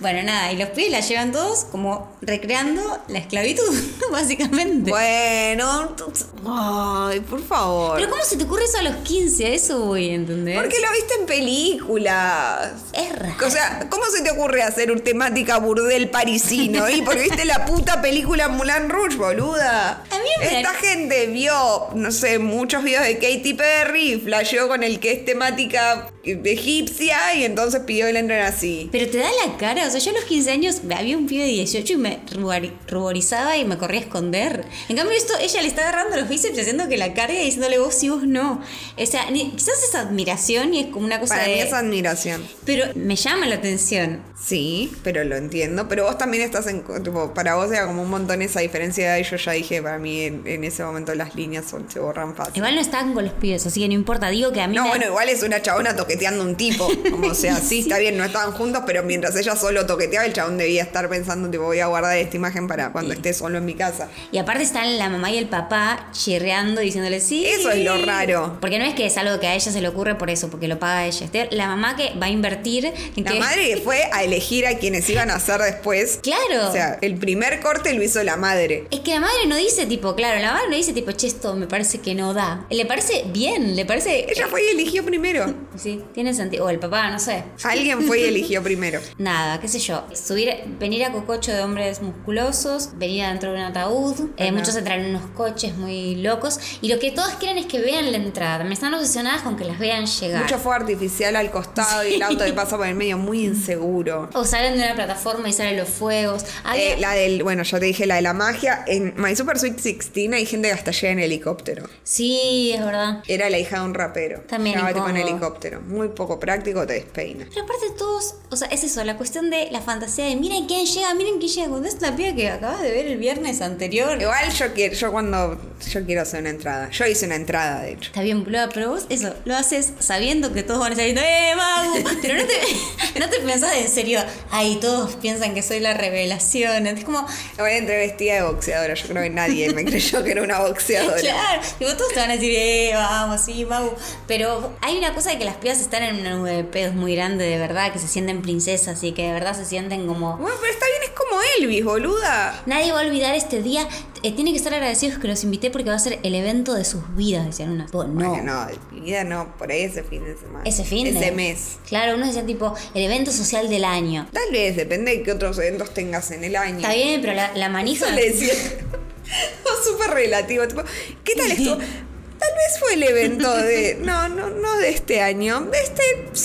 S3: Bueno, nada, y los pibes la llevan todos como recreando la esclavitud, [laughs] básicamente.
S2: bueno, entonces- ay, por favor.
S3: Pero ¿cómo se te ocurre eso a los 15? A eso voy, ¿entendés?
S2: Porque lo viste en películas.
S3: es raro.
S2: O sea, ¿cómo se te ocurre hacer un temática burdel parisino? Y porque viste la puta película Moulin Rouge, boluda.
S3: A mí me-
S2: Esta gente vio, no sé, muchos videos de Katy Perry, flasheó con el que es temática egipcia y entonces pidió que le entren así.
S3: Pero te da la cara, o sea, yo a los 15 años había un pibe de 18 y me rubori- ruborizaba y me corría a esconder. En cambio, esto, ella le está agarrando los bíceps y haciendo que la cargue y diciéndole vos sí, vos no. O sea, ni- quizás es admiración y es como una cosa
S2: Para
S3: de.
S2: mí es admiración.
S3: Pero me llama la atención.
S2: Sí, pero lo entiendo. Pero vos también estás en. tipo, para vos era como un montón esa diferencia de edad. Y yo ya dije, para mí en, en ese momento las líneas son- se borran fácil.
S3: Igual no estaban con los pibes, así que no importa. Digo que a mí.
S2: No,
S3: me-
S2: bueno, igual es una chabona toqueteando un tipo. Como, o
S3: [laughs]
S2: sea, sí, está bien, no estaban juntos, pero mientras ella solo toqueteaba, el chabón debía estar pensando, tipo, voy a guardar esta imagen para cuando esté solo en mi casa.
S3: Y aparte están la mamá y el papá chirreando, diciéndole sí.
S2: Eso es lo raro.
S3: Porque no es que es algo que a ella se le ocurre por eso, porque lo paga ella. Este- La mamá que va a invertir en
S2: La
S3: que.
S2: madre que fue a elegir a quienes iban a hacer después.
S3: Claro.
S2: O sea, el primer corte lo hizo la madre.
S3: Es que la madre no dice tipo, claro, la madre no dice tipo, che, esto me parece que no da. Le parece bien, le parece...
S2: Ella fue y eligió
S3: [laughs]
S2: primero.
S3: Sí, tiene sentido. O el papá, no sé.
S2: Alguien fue y eligió primero.
S3: Nada, qué sé yo. Subir, venir a cococho de hombres musculosos, venir adentro de un ataúd. Eh,
S2: Ajá.
S3: muchos entran en unos coches muy locos. Y lo que todas quieren es que vean la entrada. Me están obsesionadas con que las vean llegar.
S2: Mucho fuego artificial al costado y el auto de paso por el medio, muy inseguro.
S3: O salen de una plataforma y salen los fuegos. Había-
S2: Eh, la del, bueno, ya te dije la de la magia. En My Super Sweet 16 hay gente que hasta llega en helicóptero.
S3: Sí, es verdad.
S2: Era la hija de un rapero.
S3: También
S2: Llegaba tipo en
S3: incómodo.
S2: helicóptero. Muy poco práctico, te despeina.
S3: Pero aparte todos, o sea, es eso, la cuestión de la fantasía de miren quién llega, miren quién llega. Cuando es la piba que acabas de ver el viernes anterior.
S2: Igual yo quiero, yo cuando, yo quiero hacer una entrada. Yo hice una entrada, de hecho.
S3: Está bien, boluda, pero vos eso lo haces sabiendo que todos van a estar diciendo, ¡eh, Magu! Pero no te, no te pensás en serio, ay, todos piensan que soy la revelación. Es como,
S2: Me voy a entrar vestida de boxeadora. Yo creo que nadie me creyó que era una boxeadora.
S3: [laughs] Claro, tipo, todos te van a decir, eh, vamos, sí, vamos. Pero hay una cosa de que las pibas están en una nube de pedos muy grande, de verdad, que se sienten princesas y que de verdad se sienten como.
S2: Bueno, pero está bien, es como Elvis, boluda.
S3: Nadie va a olvidar este día. Eh, tienen que estar agradecidos que los invité porque va a ser el evento de sus vidas, decían unas. Tipo, no.
S2: Bueno, no, de mi vida no, por ahí ese fin de semana.
S3: Ese fin de-
S2: Ese mes.
S3: Claro, unos decían tipo, el evento social del año.
S2: Tal vez, depende de qué otros eventos tengas en el año.
S3: Está bien, pero la, la
S2: [laughs]
S3: manija.
S2: Eso le decía. [laughs] Todo súper relativo. Tipo, ¿qué tal
S3: [laughs]
S2: esto? Tal vez fue el evento de. No, no, no de este año, de este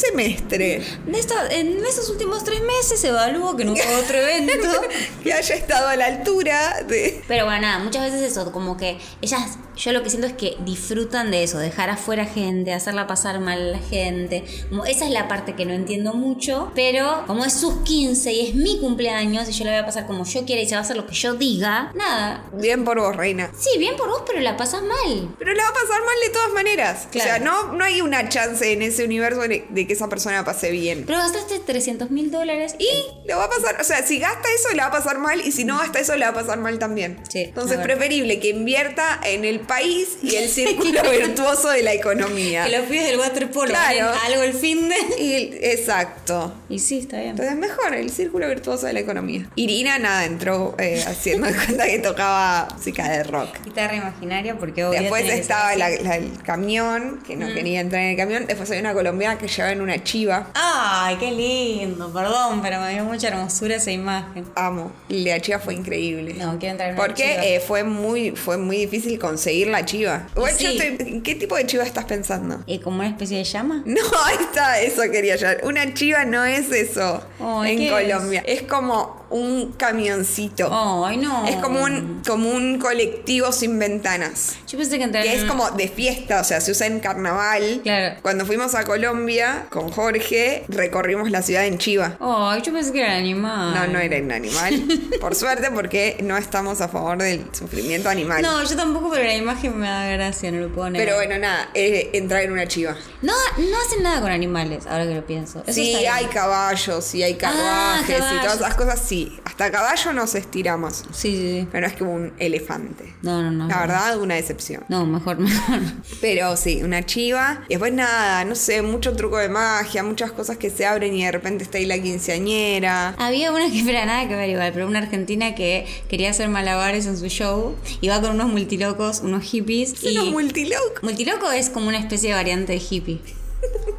S2: semestre.
S3: De esto, en estos últimos tres meses evalúo que no hubo otro evento.
S2: [laughs] que haya estado a la altura de.
S3: Pero bueno, nada, muchas veces eso, como que ellas, yo lo que siento es que disfrutan de eso, dejar afuera gente, hacerla pasar mal a la gente. Como, esa es la parte que no entiendo mucho, pero como es sus 15 y es mi cumpleaños y yo la voy a pasar como yo quiera y se va a hacer lo que yo diga, nada.
S2: Bien por vos, reina.
S3: Sí, bien por vos, pero la pasas mal.
S2: Pero la va a pasar mal de todas maneras. O sea,
S3: Claro.
S2: no, no hay una chance en ese universo de de que esa persona pase bien.
S3: Pero gastaste 300 mil dólares y...
S2: Y lo va a pasar, o sea, si gasta eso, la va a pasar mal, y si no gasta eso, la va a pasar mal también.
S3: Sí,
S2: Entonces,
S3: a ver.
S2: preferible que invierta en el país y
S3: [laughs]
S2: el círculo [laughs] virtuoso de la economía.
S3: Que los pibes del waterpolo
S2: Claro.
S3: ganen algo el fin de... [laughs]
S2: Y- exacto.
S3: Y sí, está bien.
S2: Entonces mejor el círculo virtuoso de la economía. Irina nada entró eh, haciendo [laughs] cuenta que tocaba música de rock.
S3: Guitarra imaginaria porque obvio
S2: Después
S3: tiene que ser
S2: estaba
S3: así. Mm.
S2: la- la- el camión, que no quería entrar en el camión. Después hay una colombiana que llevaba en una chiva.
S3: Ay, qué lindo, perdón, pero me dio mucha hermosura esa imagen.
S2: Amo. Y La chiva fue increíble.
S3: No, quiero entrar en una chiva.
S2: Porque eh, fue muy fue muy difícil conseguir la chiva. Igual yo
S3: sí.
S2: estoy- ¿en ¿Qué tipo de chiva estás pensando? [laughs]
S3: Eh, como una especie de llama.
S2: No, ahí está, eso quería yo. Una chiva no es eso
S3: Ay,
S2: en
S3: Oh, ¿qué Oh.
S2: Colombia. Es? como un camioncito.
S3: Ay, no.
S2: Es como un, como un colectivo sin ventanas.
S3: Yo pensé que entrar
S2: Que
S3: en
S2: es
S3: un-
S2: como de fiesta, o sea, se usa en carnaval.
S3: Em. Claro.
S2: Cuando fuimos a Colombia con Jorge, recorrimos la ciudad en Chiva.
S3: Ay, yo pensé que era animal.
S2: No, no era un animal. Por suerte, porque no estamos a favor del sufrimiento animal.
S3: [laughs] No, yo tampoco, pero la imagen me da gracia, no lo puedo negar.
S2: Pero bueno, nada, eh, entrar en una chiva.
S3: No, no hacen nada con animales, ahora que lo pienso. Eso
S2: sí,
S3: está bien.
S2: hay caballos, y hay
S3: Ah,
S2: carruajes, y todas
S3: caballos.
S2: esas cosas, sí. Hasta caballo nos estiramos.
S3: Sí, sí, sí.
S2: Pero no es que un elefante.
S3: No, no, no.
S2: La verdad, una decepción.
S3: No, mejor, [laughs] mejor.
S2: Pero sí, una chiva. Y después nada, no sé, mucho truco de magia, muchas cosas que se abren y de repente está ahí la quinceañera.
S3: Había una que era nada que ver igual, pero una argentina que quería hacer malabares en su show. Iba con unos multilocos, unos hippies.
S2: Y
S3: y
S2: los multilocos.
S3: Multiloco es como una especie de variante de hippie.
S2: [laughs]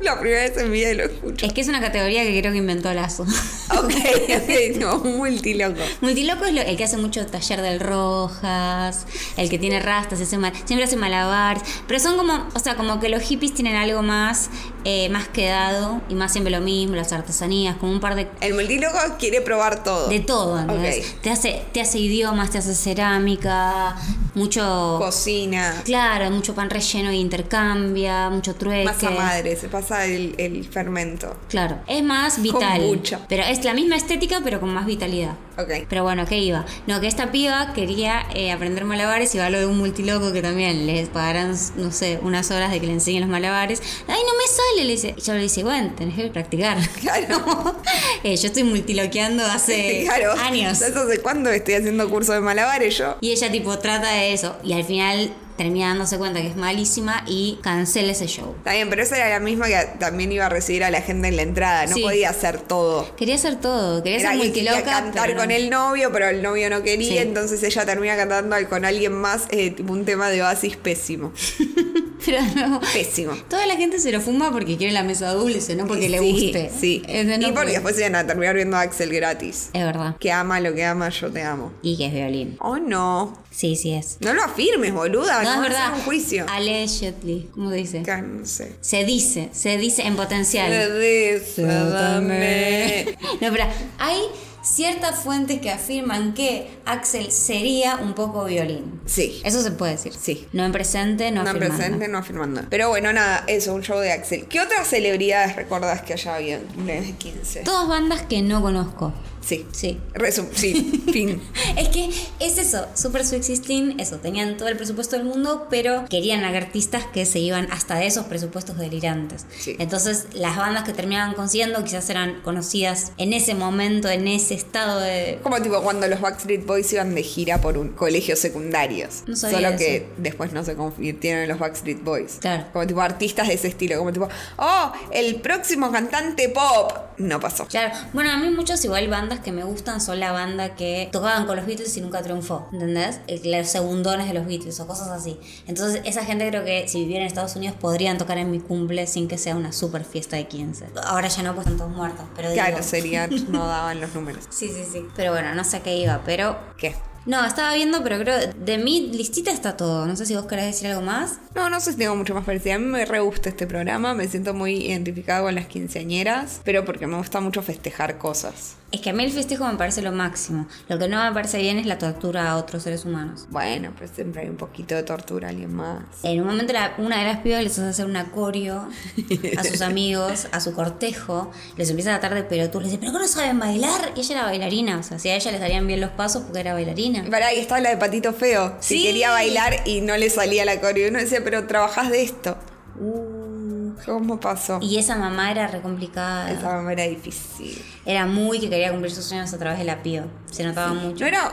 S2: La primera vez en mi vida lo escucho.
S3: Es que es una categoría que creo que inventó Lazo. [laughs]
S2: Ok, [laughs] ok, no, un multiloco.
S3: Multiloco es lo- el que hace mucho taller del Rojas, el que tiene rastas, hace mal- siempre hace malabares. Pero son como, o sea, como que los hippies tienen algo más, eh, más quedado y más siempre lo mismo, las artesanías, como un par de
S2: El multiloco quiere probar todo.
S3: de todo, ¿no?
S2: Ok.
S3: Te hace, te hace idiomas, te hace cerámica, mucho
S2: Cocina,
S3: claro, mucho pan relleno e intercambia, mucho trueque.
S2: masa madre, se pasa el, el fermento.
S3: Claro, es más vital.
S2: Kombucha.
S3: Pero es la misma estética, pero con más vitalidad.
S2: Ok.
S3: Pero bueno, ¿qué iba? No, que esta piba quería eh, aprender malabares y va a lo de un multiloco que también les pagarán, no sé, unas horas de que le enseñen los malabares. Ay, no me sale, le dice. Y yo le dice, bueno, tenés que
S2: [laughs]
S3: practicar.
S2: Claro.
S3: [laughs] Eh, yo estoy multiloqueando hace
S2: [laughs] claro.
S3: eh, años.
S2: ¿Sabes hace cuándo estoy haciendo curso de malabares yo?
S3: Y ella tipo trata de eso y al final termina dándose cuenta que es malísima y cancela ese show.
S2: Está bien, pero esa era la misma que también iba a recibir a la gente en la entrada. No
S3: Sí.
S2: podía hacer todo.
S3: Quería hacer todo, quería
S2: Era
S3: ser
S2: alguien que
S3: multiloca.
S2: quería cantar
S3: pero no.
S2: con el novio, pero el novio no quería,
S3: Sí.
S2: entonces ella termina cantando al- con alguien más, eh, tipo un tema de Oasis pésimo.
S3: [laughs] Pero no.
S2: Pésimo.
S3: Toda la gente se lo fuma porque quiere la mesa dulce, no [laughs] porque le
S2: Sí,
S3: guste.
S2: Sí.
S3: Es de no
S2: y porque
S3: poder.
S2: después iban a terminar viendo a Axel gratis.
S3: Es verdad.
S2: Que ama lo que ama, yo te amo.
S3: Y que es violín.
S2: Oh no.
S3: Sí, sí es.
S2: No lo afirmes, boluda. No,
S3: No,
S2: vas
S3: es
S2: a hacer
S3: verdad.
S2: un juicio.
S3: Allegedly. ¿Cómo dice?
S2: Acá, no sé.
S3: Se dice, se dice en potencial.
S2: Desádame.
S3: No, pero hay ciertas fuentes que afirman que Axel sería un poco violín.
S2: Sí.
S3: Eso se puede decir.
S2: Sí.
S3: No en presente, no,
S2: No
S3: afirmando.
S2: presente, no afirmando. Pero bueno, nada, eso, un show de Axel. ¿Qué otras celebridades recordás que haya habido en el 15?
S3: Todas bandas que no conozco.
S2: Sí.
S3: Sí.
S2: Resu-
S3: [laughs]
S2: sí, fin.
S3: Es que es eso, Super Sweet 16, eso, tenían todo el presupuesto del mundo, pero querían a artistas que se iban hasta de esos presupuestos delirantes.
S2: Sí.
S3: Entonces, las bandas que terminaban consiguiendo quizás eran conocidas en ese momento, en ese estado de...
S2: Como tipo cuando los Backstreet Boys iban de gira por un colegio secundarios.
S3: No sabía
S2: Solo
S3: eso.
S2: que después no se convirtieron en los Backstreet Boys.
S3: Claro.
S2: Como tipo artistas de ese estilo. Como tipo, oh, el próximo cantante pop. No pasó.
S3: Claro, bueno, a mí muchas igual bandas que me gustan son la banda que tocaban con los Beatles y nunca triunfó, ¿entendés? Eh, Los segundones de los Beatles o cosas así. Entonces, esa gente creo que si viviera en Estados Unidos podrían tocar en mi cumple sin que sea una super fiesta de 15. Ahora ya no, pues están todos muertos, pero digo-
S2: Claro, sería,
S3: [laughs]
S2: no daban los números.
S3: Sí, sí, sí. Pero bueno, no sé a qué iba, pero...
S2: ¿Qué?
S3: No, estaba viendo, pero creo... De mi listita está todo. No sé si vos querés decir algo más.
S2: No, no sé si tengo mucho más para decir. A mí me re gusta este programa, me siento muy identificada con las quinceañeras, pero porque me gusta mucho festejar cosas.
S3: Es que a mí el festejo me parece lo máximo. Lo que no me parece bien es la tortura a otros seres humanos.
S2: Bueno, pero siempre hay un poquito de tortura a alguien más.
S3: En un momento la- una de las pibas les hace hacer un acorio a [laughs] sus amigos, a su cortejo, les empieza a tratar de pelotudos, les dice, pero que no saben bailar, y ella era bailarina, o sea, si a ella le salían bien los pasos porque era bailarina.
S2: Eh, Pará, ahí estaba la de Patito Feo. Si
S3: Sí.
S2: quería bailar y no le salía la coreo. Y Uno decía, pero trabajas de esto.
S3: Uh,
S2: ¿Cómo pasó?
S3: y esa mamá era re complicada.
S2: Esa mamá era difícil.
S3: Era muy que quería cumplir sus sueños a través de la piba. Se notaba mucho.
S2: No era,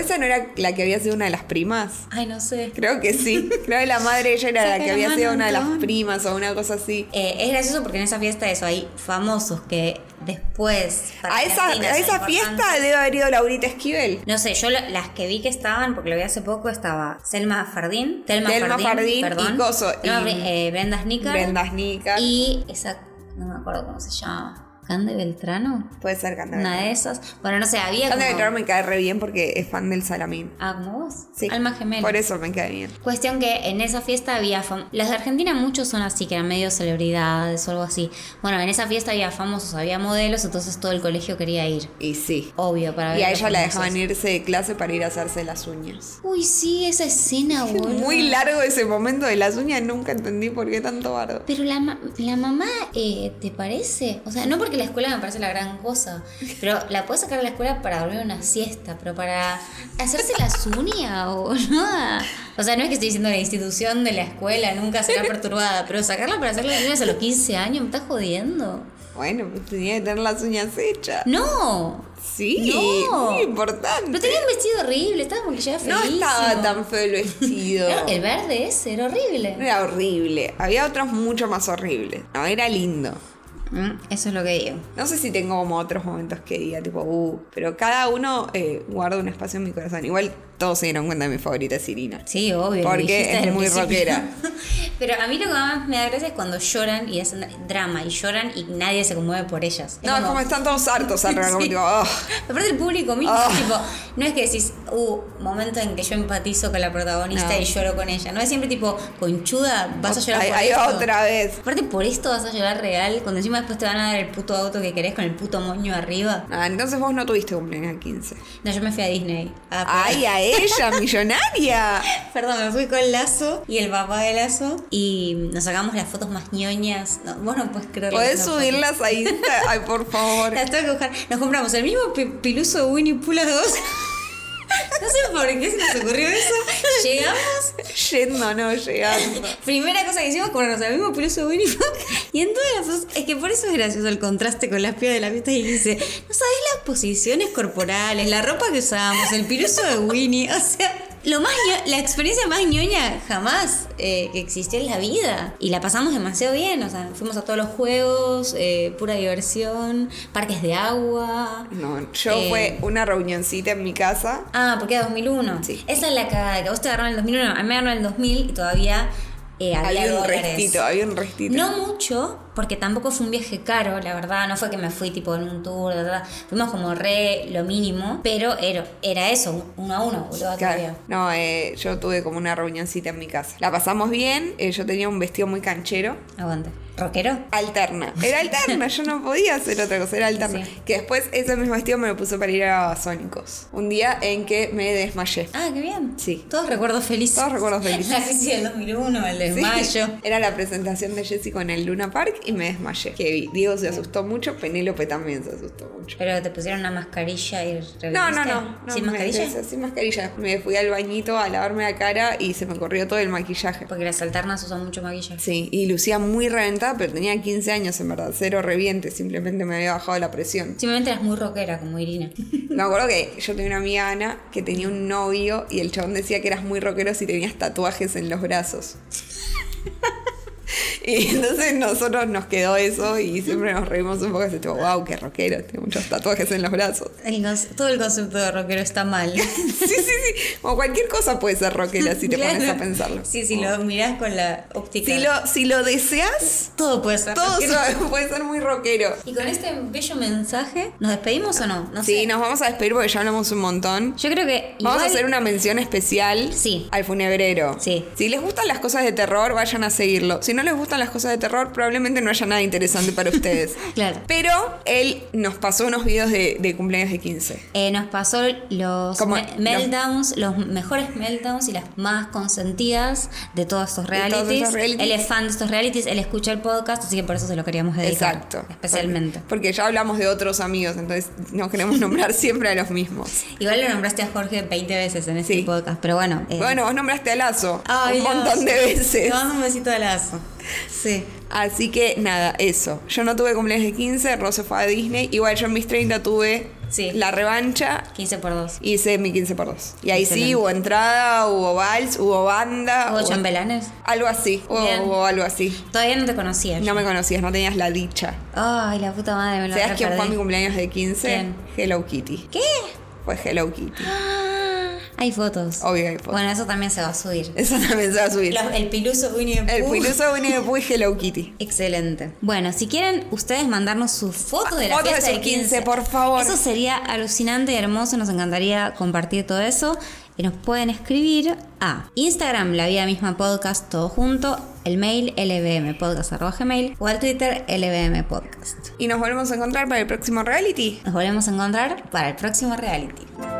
S2: esa no era la que había sido una de las primas.
S3: Ay, no sé.
S2: Creo que
S3: [laughs]
S2: sí. Creo que la madre ella era la
S3: Saca
S2: que
S3: la
S2: había
S3: mano,
S2: sido una de las
S3: Antón.
S2: primas o una cosa así.
S3: Eh, es gracioso porque en esa fiesta eso hay famosos que después... para
S2: A esa,
S3: Argentina
S2: a
S3: son
S2: esa
S3: importantes.
S2: fiesta debe haber ido Laurita Esquivel.
S3: No sé, yo la- las que vi que estaban, porque lo vi hace poco, estaba Selma Fardín, Telma
S2: Thelma Fardín
S3: Fardín, perdón.
S2: y Coso,
S3: No,
S2: y-
S3: eh, Brenda Snicker.
S2: Brenda Snicker.
S3: Y esa, no me acuerdo cómo se llama, Cande Beltrano,
S2: Puede ser Candela.
S3: una de esas. Bueno, no sé,
S2: Candela
S3: había como-
S2: Beltrán me cae re bien porque es fan del salamín.
S3: Ah, como vos,
S2: Sí.
S3: Alma Gemela.
S2: Por eso me cae bien.
S3: Cuestión que en esa fiesta había fam- Las de Argentina muchos son así, que eran medio celebridades o algo así. Bueno, en esa fiesta había famosos, había modelos, entonces todo el colegio quería ir.
S2: Y sí.
S3: Obvio, para ver
S2: Y a
S3: los
S2: ella la
S3: famosos.
S2: dejaban irse de clase para ir a hacerse las uñas.
S3: Uy, sí, esa escena,
S2: [laughs]
S3: boludo.
S2: Muy largo ese momento de las uñas, nunca entendí por qué tanto bardo.
S3: Pero la, ma- la mamá, eh, ¿te parece? O sea, no porque la escuela me parece la gran cosa, pero la puedes sacar a la escuela para dormir una siesta, pero para hacerse las uñas o nada. O sea, no es que estoy diciendo la institución de la escuela nunca será perturbada, pero sacarla para hacer las uñas a los 15 años, me estás jodiendo.
S2: Bueno, pues tenía que tener las uñas hechas.
S3: No,
S2: Sí,
S3: No.
S2: muy
S3: pero
S2: importante.
S3: tenía un vestido horrible, estaba maquillada
S2: No
S3: feísimo.
S2: estaba tan feo el vestido.
S3: Claro, El verde ese era horrible.
S2: Era horrible. Había otros mucho más horribles. No, era lindo.
S3: Mm, Eso es lo que digo.
S2: No sé si tengo como otros momentos que diga, tipo, uh, pero cada uno eh, guarda un espacio en mi corazón. Igual todos se dieron cuenta de mi favorita es Irina.
S3: Sí, obvio. lo
S2: Porque
S3: dijiste
S2: es
S3: desde el
S2: muy
S3: principio.
S2: rockera.
S3: [laughs] Pero a mí lo que más me da gracia es cuando lloran y hacen drama y lloran y nadie se conmueve por ellas.
S2: No, es como están todos hartos alrededor, como tipo, "Oh".
S3: [laughs] Aparte el público mismo,
S2: Ah.
S3: tipo, no es que decís, uh, momento en que yo empatizo con la protagonista
S2: No.
S3: y lloro con ella. No es siempre tipo, conchuda, vas a llorar
S2: ahí,
S3: por
S2: ahí va
S3: esto.
S2: otra vez.
S3: Aparte por esto vas a llorar real, cuando encima después te van a dar el puto auto que querés con el puto moño arriba.
S2: Ah, entonces vos no tuviste cumpleaños al 15.
S3: No, yo me fui a Disney. Ah, pero-
S2: ¡Ay, a
S3: [laughs]
S2: ella, millonaria!
S3: Perdón, me fui con Lazo y el papá de Lazo y nos sacamos las fotos más ñoñas. No, vos no puedes creerlo.
S2: ¿Podés
S3: no,
S2: subirlas a Insta? Ay, por favor.
S3: [laughs] Las tengo que buscar. Nos compramos el mismo pi- piluso de Winnie Pooh las dos. [laughs] No sé por qué se nos ocurrió eso. Llegamos.
S2: Yendo, no, llegando.
S3: Primera cosa que hicimos, comprarnos el mismo piluso de Winnie Pooh. Y en todas las fotos. Es que por eso es gracioso el contraste con las pibas de la fiesta. Y dice: No sabés las posiciones corporales, la ropa que usábamos, el piluso de Winnie. O sea. Lo más ño- la experiencia más ñoña jamás eh, que existió en la vida. Y la pasamos demasiado bien. O sea, fuimos a todos los juegos, eh, pura diversión, parques de agua.
S2: No, yo
S3: Eh.
S2: fue una reunioncita en mi casa.
S3: Ah, porque era 2001.
S2: Sí.
S3: Esa es la cagada, que vos te agarraron en el 2001, a mí me agarraron en el 2000 y todavía eh, había,
S2: Había un
S3: dólares.
S2: restito, había un restito.
S3: No mucho, porque tampoco fue un viaje caro, la verdad. No fue que me fui tipo en un tour, la verdad. Fuimos como re lo mínimo, pero era, era eso, un- uno a uno, boludo,
S2: Claro.
S3: todavía.
S2: No, eh, yo tuve como una reunioncita en mi casa. La pasamos bien, eh, yo tenía un vestido muy canchero.
S3: Aguante. ¿Rockero?
S2: Alterna. Era alterna, yo no podía hacer otra cosa, era alterna.
S3: Sí.
S2: Que después ese mismo vestido me lo puse para ir a Sónicos. Un día en que me desmayé.
S3: Ah, qué bien.
S2: Sí.
S3: Todos recuerdos felices. [laughs]
S2: Todos recuerdos felices.
S3: La crisis del 2001, el
S2: Sí.
S3: desmayo.
S2: Era la presentación de Jessie con el Luna Park y me desmayé. Heavy. Diego se asustó mucho, Penélope también se asustó mucho.
S3: Pero te pusieron una mascarilla y reviviste.
S2: No, no, no, no,
S3: ¿Sin
S2: me
S3: mascarilla?
S2: interesa, sin mascarilla. Me fui al bañito a lavarme la cara y se me corrió todo el maquillaje.
S3: Porque las alternas usan mucho maquillaje.
S2: Sí, y lucía muy reventada, pero tenía 15 años en verdad, cero reviente, simplemente me había bajado la presión.
S3: Simplemente eras muy rockera,
S2: [laughs]
S3: como Irina.
S2: Me acuerdo que yo tenía una amiga Ana que tenía un novio y el chabón decía que eras muy rockero si tenías tatuajes en los brazos. [laughs] Y entonces nosotros nos quedó eso y siempre nos reímos un poco, así tipo, wow, qué rockero, tiene muchos tatuajes en los brazos. [laughs]
S3: El conce- todo el concepto de rockero está mal.
S2: Sí, sí, sí, como cualquier cosa puede ser rockera [laughs] si te pones a
S3: Claro.
S2: pensarlo. Oh.
S3: Sí, si lo mirás con la óptica.
S2: Si lo, si lo deseas,
S3: Todo puede ser.
S2: todo
S3: rockero.
S2: so- [laughs] puede ser muy rockero.
S3: Y con este bello mensaje, ¿nos despedimos o no? No
S2: sí,
S3: sé.
S2: nos vamos a despedir porque ya hablamos un montón.
S3: Yo creo que.
S2: Vamos a
S3: igual-
S2: hacer una mención especial
S3: Sí.
S2: al funebrero.
S3: Sí.
S2: Si les gustan las cosas de terror, vayan a seguirlo. Si no les gustan las cosas de terror, probablemente no haya nada interesante
S3: [laughs]
S2: para ustedes.
S3: Claro.
S2: Pero él nos pasó unos videos de, de cumpleaños de 15.
S3: Eh, nos pasó los
S2: Como
S3: me-
S2: los-
S3: meltdowns, los mejores meltdowns y las más consentidas de todos estos
S2: De todos
S3: realities.
S2: esos realities.
S3: Él es fan de estos realities, él escucha el podcast, así que por eso se lo queríamos dedicar.
S2: Exacto.
S3: Especialmente.
S2: Porque, porque ya hablamos de otros amigos, entonces no queremos nombrar [laughs] siempre a los mismos.
S3: Igual lo nombraste a Jorge 20 veces en este
S2: Sí.
S3: podcast, pero bueno. eh,
S2: Bueno, vos nombraste a Lazo
S3: ay,
S2: un
S3: Dios.
S2: montón de
S3: Te
S2: veces.
S3: mando un besito al lazo. Sí.
S2: Así que nada, eso. Yo no tuve cumpleaños de 15, Rose fue a Disney. Igual yo en mis 30 tuve
S3: Sí.
S2: la revancha
S3: 15 por 2.
S2: Hice mi 15 por 2. Y ahí sí
S3: Excelente.
S2: hubo entrada, hubo vals, hubo banda.
S3: ¿Hubo chambelanes?
S2: Algo así, hubo,
S3: Bien.
S2: hubo algo así.
S3: Todavía no te conocía. yo.
S2: No me conocías, no tenías la dicha.
S3: Ay, la puta madre, me lo
S2: ¿Sabías quién fue a
S3: reperdí.
S2: mi cumpleaños de 15?
S3: ¿Quién?
S2: Hello Kitty.
S3: ¿Qué?
S2: Fue Hello Kitty.
S3: Ah, Hay fotos.
S2: Obvio, hay fotos.
S3: Bueno, eso también se va a subir.
S2: Eso también se va a subir.
S3: Los- el piluso Winnie the
S2: El
S3: Pooh.
S2: piluso Winnie the Pooh y Hello Kitty.
S3: Excelente. Bueno, si quieren ustedes mandarnos sus fotos de la
S2: Fotos de
S3: fiesta
S2: sus
S3: del 15,
S2: 15, por favor.
S3: Eso sería alucinante y hermoso, nos encantaría compartir todo eso. Y nos pueden escribir a Instagram, la vida misma podcast, todo junto, el mail lbmpodcast.gmail o al Twitter lbmpodcast.
S2: Y nos volvemos a encontrar para el próximo reality.
S3: Nos volvemos a encontrar para el próximo reality.